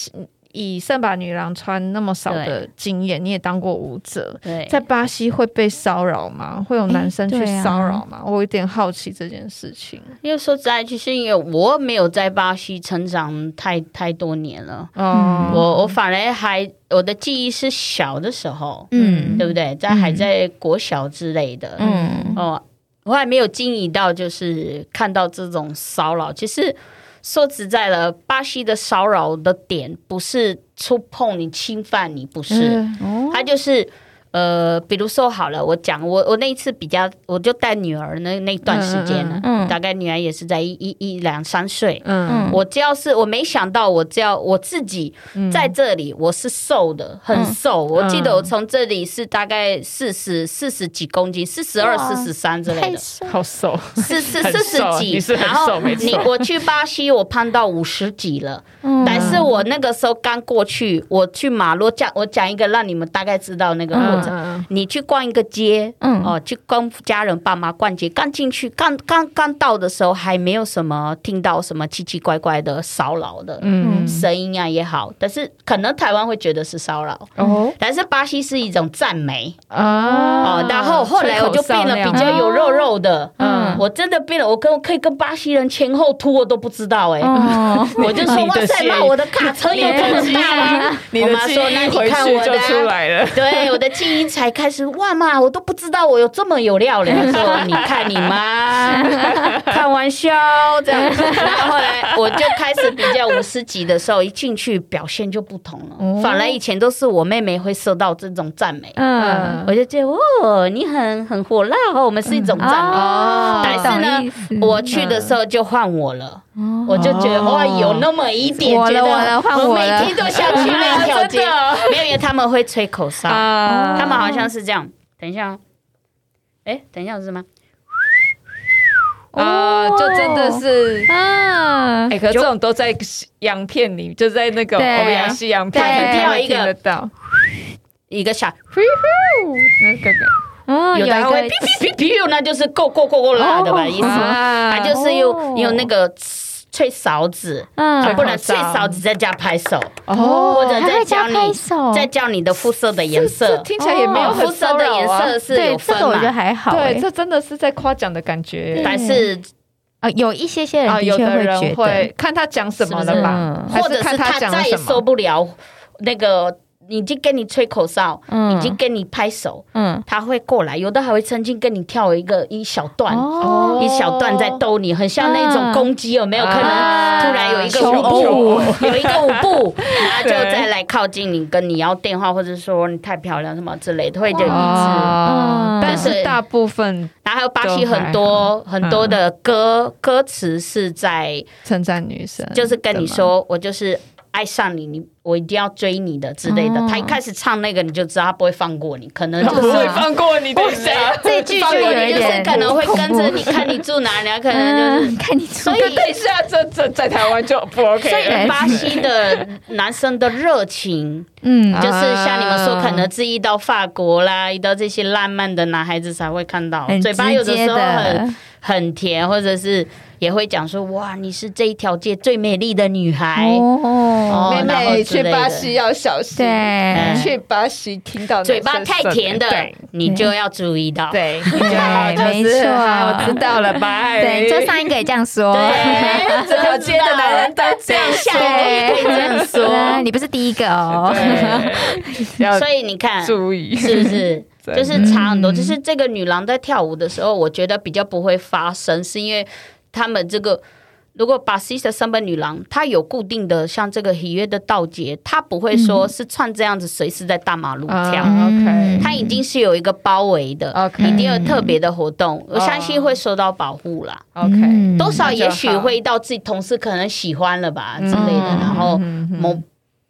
Speaker 1: 以圣把女郎穿那么少的经验，你也当过舞者，
Speaker 2: 对，
Speaker 1: 在巴西会被骚扰吗？会有男生去
Speaker 3: 诶对啊
Speaker 1: 骚扰吗？我有点好奇这件事情。
Speaker 2: 因为说实在，其实因为我没有在巴西成长太太多年了，
Speaker 1: 哦、
Speaker 2: 嗯我我反而还我的记忆是小的时候，
Speaker 3: 嗯
Speaker 2: 对不对？在还在国小之类的，
Speaker 3: 嗯
Speaker 2: 哦，我还没有经营到，就是看到这种骚扰。其实说实在的，巴西的骚扰的点不是触碰你、侵犯你，不是，
Speaker 1: 嗯
Speaker 2: 他就是。呃，比如说好了，我讲我我那一次比较，我就带女儿那那段时间了，
Speaker 3: 嗯嗯
Speaker 2: 大概女儿也是在一一一两三岁，
Speaker 1: 嗯嗯
Speaker 3: 嗯，
Speaker 2: 我只要是我没想到，我只要我自己在这里，我是瘦的，很瘦。我记得我从这里是大概四十四十几公斤，四十二、
Speaker 4: 哇
Speaker 2: 四十三之类
Speaker 4: 太
Speaker 2: 的，
Speaker 4: 瘦，
Speaker 1: 好 瘦，
Speaker 2: 四四
Speaker 1: 很
Speaker 2: 四
Speaker 1: 瘦你是
Speaker 2: 十几。
Speaker 1: 很
Speaker 2: 然
Speaker 1: 瘦
Speaker 2: 后
Speaker 1: 没
Speaker 2: 你
Speaker 1: 错嗯
Speaker 2: 我去巴西，我胖到五十几了，
Speaker 3: 嗯
Speaker 2: 但是我那个时候刚过去，我去马路讲，我讲一个让你们大概知道那个过程。
Speaker 1: 嗯
Speaker 2: 你去逛一个街，
Speaker 3: 嗯
Speaker 2: 哦，去跟家人爸妈逛街，刚进去，刚刚刚到的时候，还没有什么听到什么奇奇怪怪的骚扰的
Speaker 1: 嗯
Speaker 2: 声音啊也好，但是可能台湾会觉得是骚扰，
Speaker 1: 哦
Speaker 2: 但是巴西是一种赞美
Speaker 1: 啊
Speaker 2: 哦。然后后来我就变得比较有肉肉的，
Speaker 1: 嗯
Speaker 2: 我真的变了，我跟可以跟巴西人前后吐，我都不知道哎、
Speaker 3: 哦，
Speaker 2: 我就说
Speaker 1: 嗯 你的
Speaker 2: 哇塞，
Speaker 1: 谢
Speaker 2: 妈，我的卡车有这么大吗？
Speaker 1: 你
Speaker 2: 我
Speaker 1: 的
Speaker 2: 妈
Speaker 1: 记
Speaker 2: 说那
Speaker 1: 忆
Speaker 2: 你
Speaker 1: 回
Speaker 2: 看
Speaker 1: 去
Speaker 2: 我
Speaker 1: 就
Speaker 2: 的
Speaker 1: 出
Speaker 2: 啊、
Speaker 1: 来了，
Speaker 2: 对，我的记忆才开始，哇妈，我都不知道我有这么有料嘞。他说你看你 妈，开玩笑这样。然后后来我就开始比较五十级的时候，一进去表现就不同了。
Speaker 3: 哦
Speaker 2: 反而以前都是我妹妹会受到这种赞美，
Speaker 3: 嗯，
Speaker 2: 我就觉得哦，你很很火辣哦，我们是一种赞美。
Speaker 3: 哦
Speaker 2: 但是呢
Speaker 3: 懂意思嗯
Speaker 2: 我去的时候就换我了，我就觉得
Speaker 1: 哦
Speaker 2: 哇，有那么一点
Speaker 3: 哦我了
Speaker 2: 觉得
Speaker 3: 我了换我
Speaker 2: 每
Speaker 3: 了
Speaker 2: 天都想去 那条 街，没有，因为他们会吹口哨。
Speaker 1: 啊
Speaker 3: 哦
Speaker 2: 他们好像是这样。等一下、哦，哎，等一下是吗？
Speaker 1: 啊，就真的是
Speaker 2: 哦
Speaker 3: 啊
Speaker 1: 哎、，可是这种都在洋片里，就在那个欧
Speaker 2: 啊
Speaker 3: 对
Speaker 1: 亚西洋片
Speaker 3: 对
Speaker 1: 里
Speaker 2: 跳
Speaker 1: 会
Speaker 2: 一个
Speaker 1: 听得到
Speaker 2: 一个小，
Speaker 1: 那个感
Speaker 3: 哦，哦，
Speaker 2: 哎有
Speaker 3: 有一
Speaker 2: 的还会
Speaker 3: 个
Speaker 2: 哔哔哔哔，那就是够够够够辣的吧
Speaker 3: 哦
Speaker 2: 意思，啊，就是
Speaker 3: 哦
Speaker 2: 有有那个吹勺子，啊，
Speaker 3: 嗯
Speaker 2: 不能吹勺子再加拍手，
Speaker 1: 哦，
Speaker 2: 或者
Speaker 3: 还
Speaker 2: 再
Speaker 3: 会
Speaker 2: 教
Speaker 3: 加
Speaker 2: 你
Speaker 3: 拍手，
Speaker 2: 再教你的肤色的颜
Speaker 1: 这
Speaker 2: 色，
Speaker 1: 听起来也没有
Speaker 3: 哦
Speaker 1: 很
Speaker 2: 肤色
Speaker 1: 骚
Speaker 2: 的
Speaker 1: 扰
Speaker 2: 颜
Speaker 1: 啊。
Speaker 2: 色是
Speaker 3: 对
Speaker 2: 有
Speaker 3: 这
Speaker 2: 分
Speaker 3: 个我觉得
Speaker 2: 嘛，
Speaker 3: 还好欸，
Speaker 1: 对，这真的是在夸奖的感觉
Speaker 2: 但是
Speaker 3: 啊，有一些些人
Speaker 2: 哦
Speaker 1: 啊，
Speaker 3: 的
Speaker 1: 有
Speaker 3: 确
Speaker 1: 的
Speaker 3: 觉
Speaker 1: 人
Speaker 3: 得，
Speaker 1: 会看他讲什么了吧，
Speaker 3: 是
Speaker 1: 还
Speaker 2: 或者
Speaker 1: 看
Speaker 2: 是
Speaker 1: 他
Speaker 2: 他
Speaker 1: 讲了
Speaker 2: 再也
Speaker 1: 什
Speaker 2: 受
Speaker 1: 么？
Speaker 2: 不了那个，已经跟你吹口哨，
Speaker 3: 嗯
Speaker 2: 已经跟你拍手，
Speaker 3: 嗯，
Speaker 2: 他会过来，有的还会曾经跟你跳一个一小段。
Speaker 3: 哦，
Speaker 2: 一小段在逗你，很像那种公鸡，有没有？
Speaker 1: 啊
Speaker 2: 可能突然有一个
Speaker 3: 求
Speaker 2: 舞
Speaker 1: 偶
Speaker 2: 步，有一个舞步， 然后就
Speaker 1: 对
Speaker 2: 再来靠近你，跟你要电话，或者说你太漂亮什么之类的，会有意思。
Speaker 1: 哦
Speaker 3: 嗯
Speaker 1: 但是大部分
Speaker 2: 然后还有巴西很多很多的歌歌词是在，
Speaker 1: 称赞女生
Speaker 2: 就是跟你说，我就是爱上你，你我一定要追你的之类的
Speaker 3: 哦。
Speaker 2: 他一开始唱那个，你就知道他不会放过你，可能
Speaker 1: 对
Speaker 2: 就
Speaker 1: 吗，他
Speaker 2: 是
Speaker 1: 不会放过你的。啊下。
Speaker 2: 这句
Speaker 3: 放
Speaker 2: 就
Speaker 3: 过
Speaker 2: 有
Speaker 3: 你
Speaker 2: 点就是可能会跟着你看你住哪里啊，可能就是
Speaker 3: 嗯，看你
Speaker 2: 所
Speaker 3: 所
Speaker 2: 以
Speaker 1: 对，等一下，这这在台湾就 不 OK
Speaker 2: 所
Speaker 1: 了。
Speaker 2: 以巴西的男生的热情，
Speaker 3: 嗯
Speaker 2: 就是像你们说，
Speaker 1: 啊
Speaker 2: 可能是一到法国啦，一到这些浪漫的男孩子才会看到
Speaker 3: 很，
Speaker 2: 嘴巴
Speaker 3: 直
Speaker 2: 有的
Speaker 3: 接
Speaker 2: 时候
Speaker 3: 的
Speaker 2: 很，很甜，或者是也会讲说，哇，你是这一条街最美丽的女孩。
Speaker 3: 哦
Speaker 2: 哦
Speaker 1: 妹
Speaker 2: 然后
Speaker 1: 妹
Speaker 2: 之
Speaker 1: 去
Speaker 2: 类的
Speaker 1: 巴西要小心，
Speaker 3: 对
Speaker 1: 去巴西听到男
Speaker 2: 嘴巴
Speaker 1: 生
Speaker 2: 太
Speaker 1: 说
Speaker 2: 甜的
Speaker 1: 对，
Speaker 2: 你就要注意到。
Speaker 1: 对，
Speaker 3: 对
Speaker 1: 就是
Speaker 3: 没错
Speaker 1: 啊我知道了吧？
Speaker 3: 对，就上一个也这样说，
Speaker 2: 对，
Speaker 1: 这条街的男人都这样
Speaker 2: 下
Speaker 1: 说，
Speaker 2: 一个也可以这样
Speaker 3: 对
Speaker 2: 说。
Speaker 3: 你不是第一个哦，
Speaker 1: 对 要
Speaker 2: 所以你看，
Speaker 1: 注意，
Speaker 2: 是不是？
Speaker 1: 真的
Speaker 2: 就是差
Speaker 3: 嗯
Speaker 2: 很多。就是这个女郎在跳舞的时候，我觉得比较不会发生，是因为他们这个。如果巴西的三本女郎，她有固定的像这个喜悦的道节，她不会说是穿这样子随时在大马路跳，
Speaker 1: 啊
Speaker 3: 嗯
Speaker 2: 她已经是有一个包围的
Speaker 1: OK
Speaker 2: 一定有特别的活动，我相信会受到保护啦。
Speaker 1: OK，
Speaker 3: 嗯
Speaker 2: 多少也
Speaker 1: 那
Speaker 2: 许
Speaker 1: 就好
Speaker 2: 会到自己同事可能喜欢了吧之类的，
Speaker 3: 嗯
Speaker 2: 然后某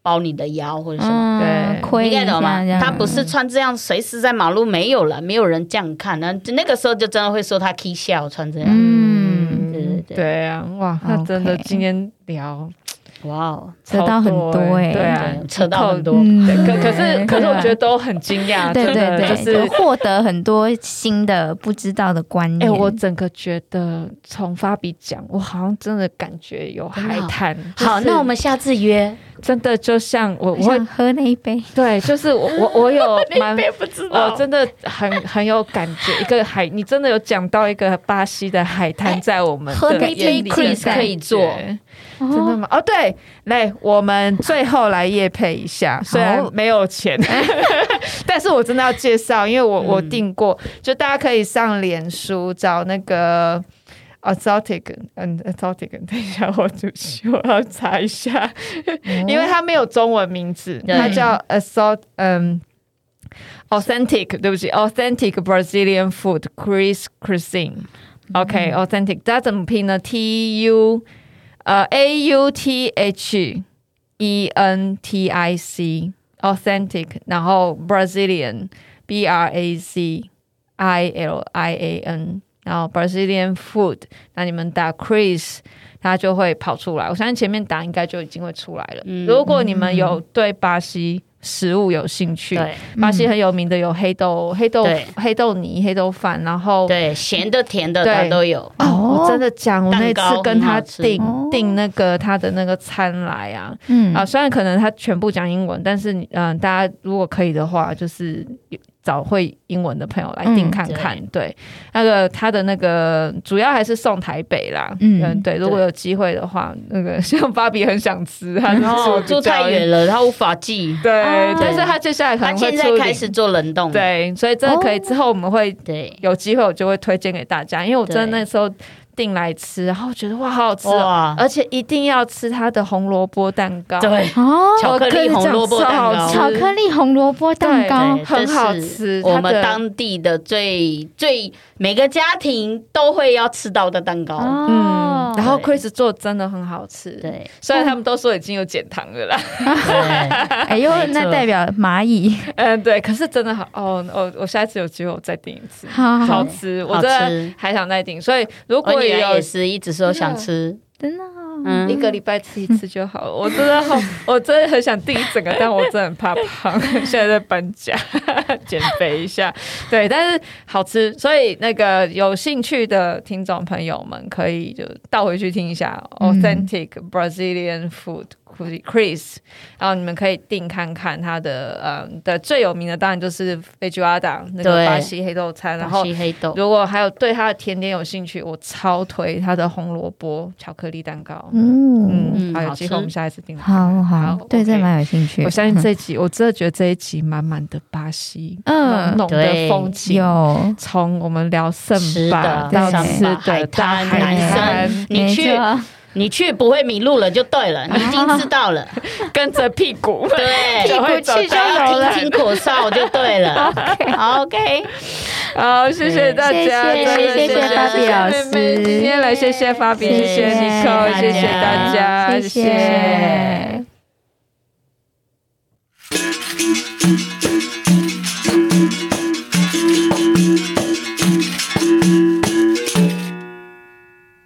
Speaker 2: 包你的腰或者什么，
Speaker 3: 嗯，
Speaker 1: 对
Speaker 3: 亏
Speaker 2: 你
Speaker 3: 一下
Speaker 2: 看懂吗
Speaker 3: 这？样
Speaker 2: 他不是穿这样，随时在马路没有了，没有人这样看。那那个时候就真的会说他 K 笑穿这样。
Speaker 3: 嗯，
Speaker 2: 对对对，
Speaker 1: 对啊，哇，那真的
Speaker 3: OK
Speaker 1: 今天聊
Speaker 2: 哇哦，
Speaker 3: 扯到很多
Speaker 1: 哎，
Speaker 3: 哎
Speaker 1: 对啊
Speaker 2: 对，扯到很多
Speaker 3: 嗯
Speaker 1: 对可可是可是我觉得
Speaker 3: 对
Speaker 1: 都很惊讶，
Speaker 3: 对
Speaker 1: 真的
Speaker 3: 对
Speaker 1: 就。
Speaker 3: 对，就是获得很多新的不知道的观
Speaker 1: 哎、
Speaker 3: 念。
Speaker 1: 我整个觉得从发比讲，我好像真的感觉有海滩。
Speaker 2: 好，
Speaker 1: 就是
Speaker 2: 那我们下次约。
Speaker 1: 真的就像我，我
Speaker 3: 我
Speaker 1: 会
Speaker 3: 想喝那一杯，
Speaker 1: 对，就是我我我有蛮，
Speaker 2: 不知
Speaker 1: 我真的很很有感觉。一个海，你真的有讲到一个巴西的海滩在我们
Speaker 2: 喝
Speaker 1: 的
Speaker 2: BB
Speaker 1: 眼里的
Speaker 2: Chris
Speaker 1: 感
Speaker 2: 可以做
Speaker 1: 觉
Speaker 3: 真
Speaker 1: 真的吗？哦，对，来，我们最后来夜配一下，虽然没有钱，但是我真的要介绍，因为我我订过，就大家可以上脸书找那个。exotic，嗯，exotic，等一 下，我主席我要查一下，因为它没有中文名字，
Speaker 2: 对
Speaker 1: 它叫 exot，嗯，authentic，对不起，authentic Brazilian food Chris Cuisine。OK，authentic，、它怎么拼呢？T U 呃 A U T H E N T I C authentic，然后 Brazilian B R A Z I L I A N，然后 Brazilian food，那你们打 Chris。它就会跑出来，我相信前面打应该就已经会出来了。
Speaker 2: 嗯
Speaker 1: 如果你们有对巴西食物有兴趣，
Speaker 2: 对
Speaker 1: 巴西很有名的有黑豆、黑豆
Speaker 2: 对、
Speaker 1: 黑豆泥、黑豆饭，然后
Speaker 2: 对，咸的甜的
Speaker 1: 对
Speaker 2: 他都有。
Speaker 1: 哦，我真的讲，我那
Speaker 2: 蛋糕
Speaker 1: 次跟他
Speaker 2: 很好吃
Speaker 1: 订
Speaker 3: 哦
Speaker 1: 订那个他的那个餐来啊，
Speaker 3: 嗯
Speaker 1: 啊，虽然可能他全部讲英文，但是你嗯、大家如果可以的话，就是找会英文的朋友来订
Speaker 3: 嗯
Speaker 1: 看看。对，那个他的那个主要还是送台北啦。
Speaker 3: 嗯
Speaker 1: 嗯，对，如果有机会的话，那个 像芭比很想吃，啊他
Speaker 2: 然后嗯哦住太远
Speaker 1: 了。
Speaker 2: 了，他无法寄。
Speaker 1: 对，
Speaker 3: 哦
Speaker 1: 但是他接下来可
Speaker 2: 他
Speaker 1: 能会
Speaker 2: 现
Speaker 1: 出
Speaker 2: 在开
Speaker 1: 零
Speaker 2: 始哦做冷冻。
Speaker 1: 对，所以真的可以。之后我们会
Speaker 2: 对，
Speaker 1: 有机会我就会推荐给大家，因为我真的
Speaker 2: 对
Speaker 1: 那时候订来吃，然后觉得哇，好好吃哦，
Speaker 2: 哇，
Speaker 1: 而且一定要吃它的红萝卜蛋糕，
Speaker 2: 对，
Speaker 3: 哦，
Speaker 2: 巧克力红萝卜蛋
Speaker 1: 我跟你讲超好
Speaker 2: 糕
Speaker 1: 吃。
Speaker 3: 巧克力红萝卜蛋糕
Speaker 2: 对，
Speaker 1: 很
Speaker 2: 这
Speaker 1: 好
Speaker 2: 是
Speaker 1: 吃它
Speaker 2: 我们
Speaker 1: 的
Speaker 2: 当地的最最每个家庭都会要吃到的蛋糕。
Speaker 3: 哦
Speaker 1: 嗯，然后
Speaker 2: 对
Speaker 1: Chris 做的真的很好吃，
Speaker 2: 对，
Speaker 1: 虽然他们都说已经有减糖了啦，
Speaker 2: 对
Speaker 3: 哎呦，
Speaker 2: 没错
Speaker 3: 那代表蚂蚁，
Speaker 1: 嗯， 对，可是真的好哦，我我下一次有机会我再订一次，
Speaker 3: 好好
Speaker 1: 好
Speaker 3: 好，
Speaker 1: 吃，
Speaker 2: 好
Speaker 1: 我真的
Speaker 2: 吃哦
Speaker 1: 还想再订，所以如
Speaker 2: 我
Speaker 1: 果
Speaker 2: 女
Speaker 1: 有
Speaker 2: 儿也是一直说想吃，
Speaker 3: 真的哦
Speaker 2: 嗯
Speaker 1: 一个礼拜吃一次就好了。我真的 好，我真的很想订一整个，但我真的很怕胖， 现在在搬家， 减肥一下。对，但是好吃，所以那个有兴趣的听众朋友们可以就倒回去听一下
Speaker 2: 嗯
Speaker 1: Authentic Brazilian Food。Chris，然后你们可以订看看他的，嗯的最有名的当然就是 v e g e a d a 那个
Speaker 2: 对
Speaker 1: 巴西黑豆餐，然
Speaker 2: 巴
Speaker 1: 后
Speaker 2: 西黑豆，
Speaker 1: 如果还有对它的甜点有兴趣，我超推它的红萝卜巧克力蛋糕。
Speaker 3: 嗯，
Speaker 1: 嗯，
Speaker 2: 嗯
Speaker 1: 好，有
Speaker 2: 好
Speaker 1: 机
Speaker 2: 吃
Speaker 1: 会我们下一次订。
Speaker 3: 好好，对这
Speaker 1: OK
Speaker 3: 蛮有兴趣。
Speaker 1: 我相信这一集，我真的觉得这一集满满的巴西，
Speaker 3: 嗯
Speaker 1: 浓浓的
Speaker 2: 嗯对
Speaker 1: 风景。
Speaker 3: 有
Speaker 1: 从我们聊圣巴
Speaker 2: 吃的
Speaker 1: 到
Speaker 3: 对
Speaker 1: 吃的
Speaker 2: 海
Speaker 1: 到
Speaker 2: 滩
Speaker 1: 海
Speaker 2: 男生
Speaker 1: 滩
Speaker 2: 你去
Speaker 3: 没错
Speaker 2: 你去不会迷路了就对 了，你已经知道了，
Speaker 1: 跟着屁 股，
Speaker 2: 对，
Speaker 1: 就会走
Speaker 3: 屁股去就
Speaker 2: 然
Speaker 1: 到
Speaker 2: 后
Speaker 3: 有了
Speaker 2: 听听口哨就对 了。OK，
Speaker 1: 好，谢谢大家，
Speaker 3: 谢谢
Speaker 1: 真的
Speaker 2: 谢谢
Speaker 1: 谢
Speaker 2: 芭比
Speaker 3: 老
Speaker 1: 谢妹妹
Speaker 3: 师
Speaker 1: 今天来谢谢芭比，谢
Speaker 3: 谢谢
Speaker 1: 呃谢 n i c o 谢谢大家，
Speaker 3: 谢谢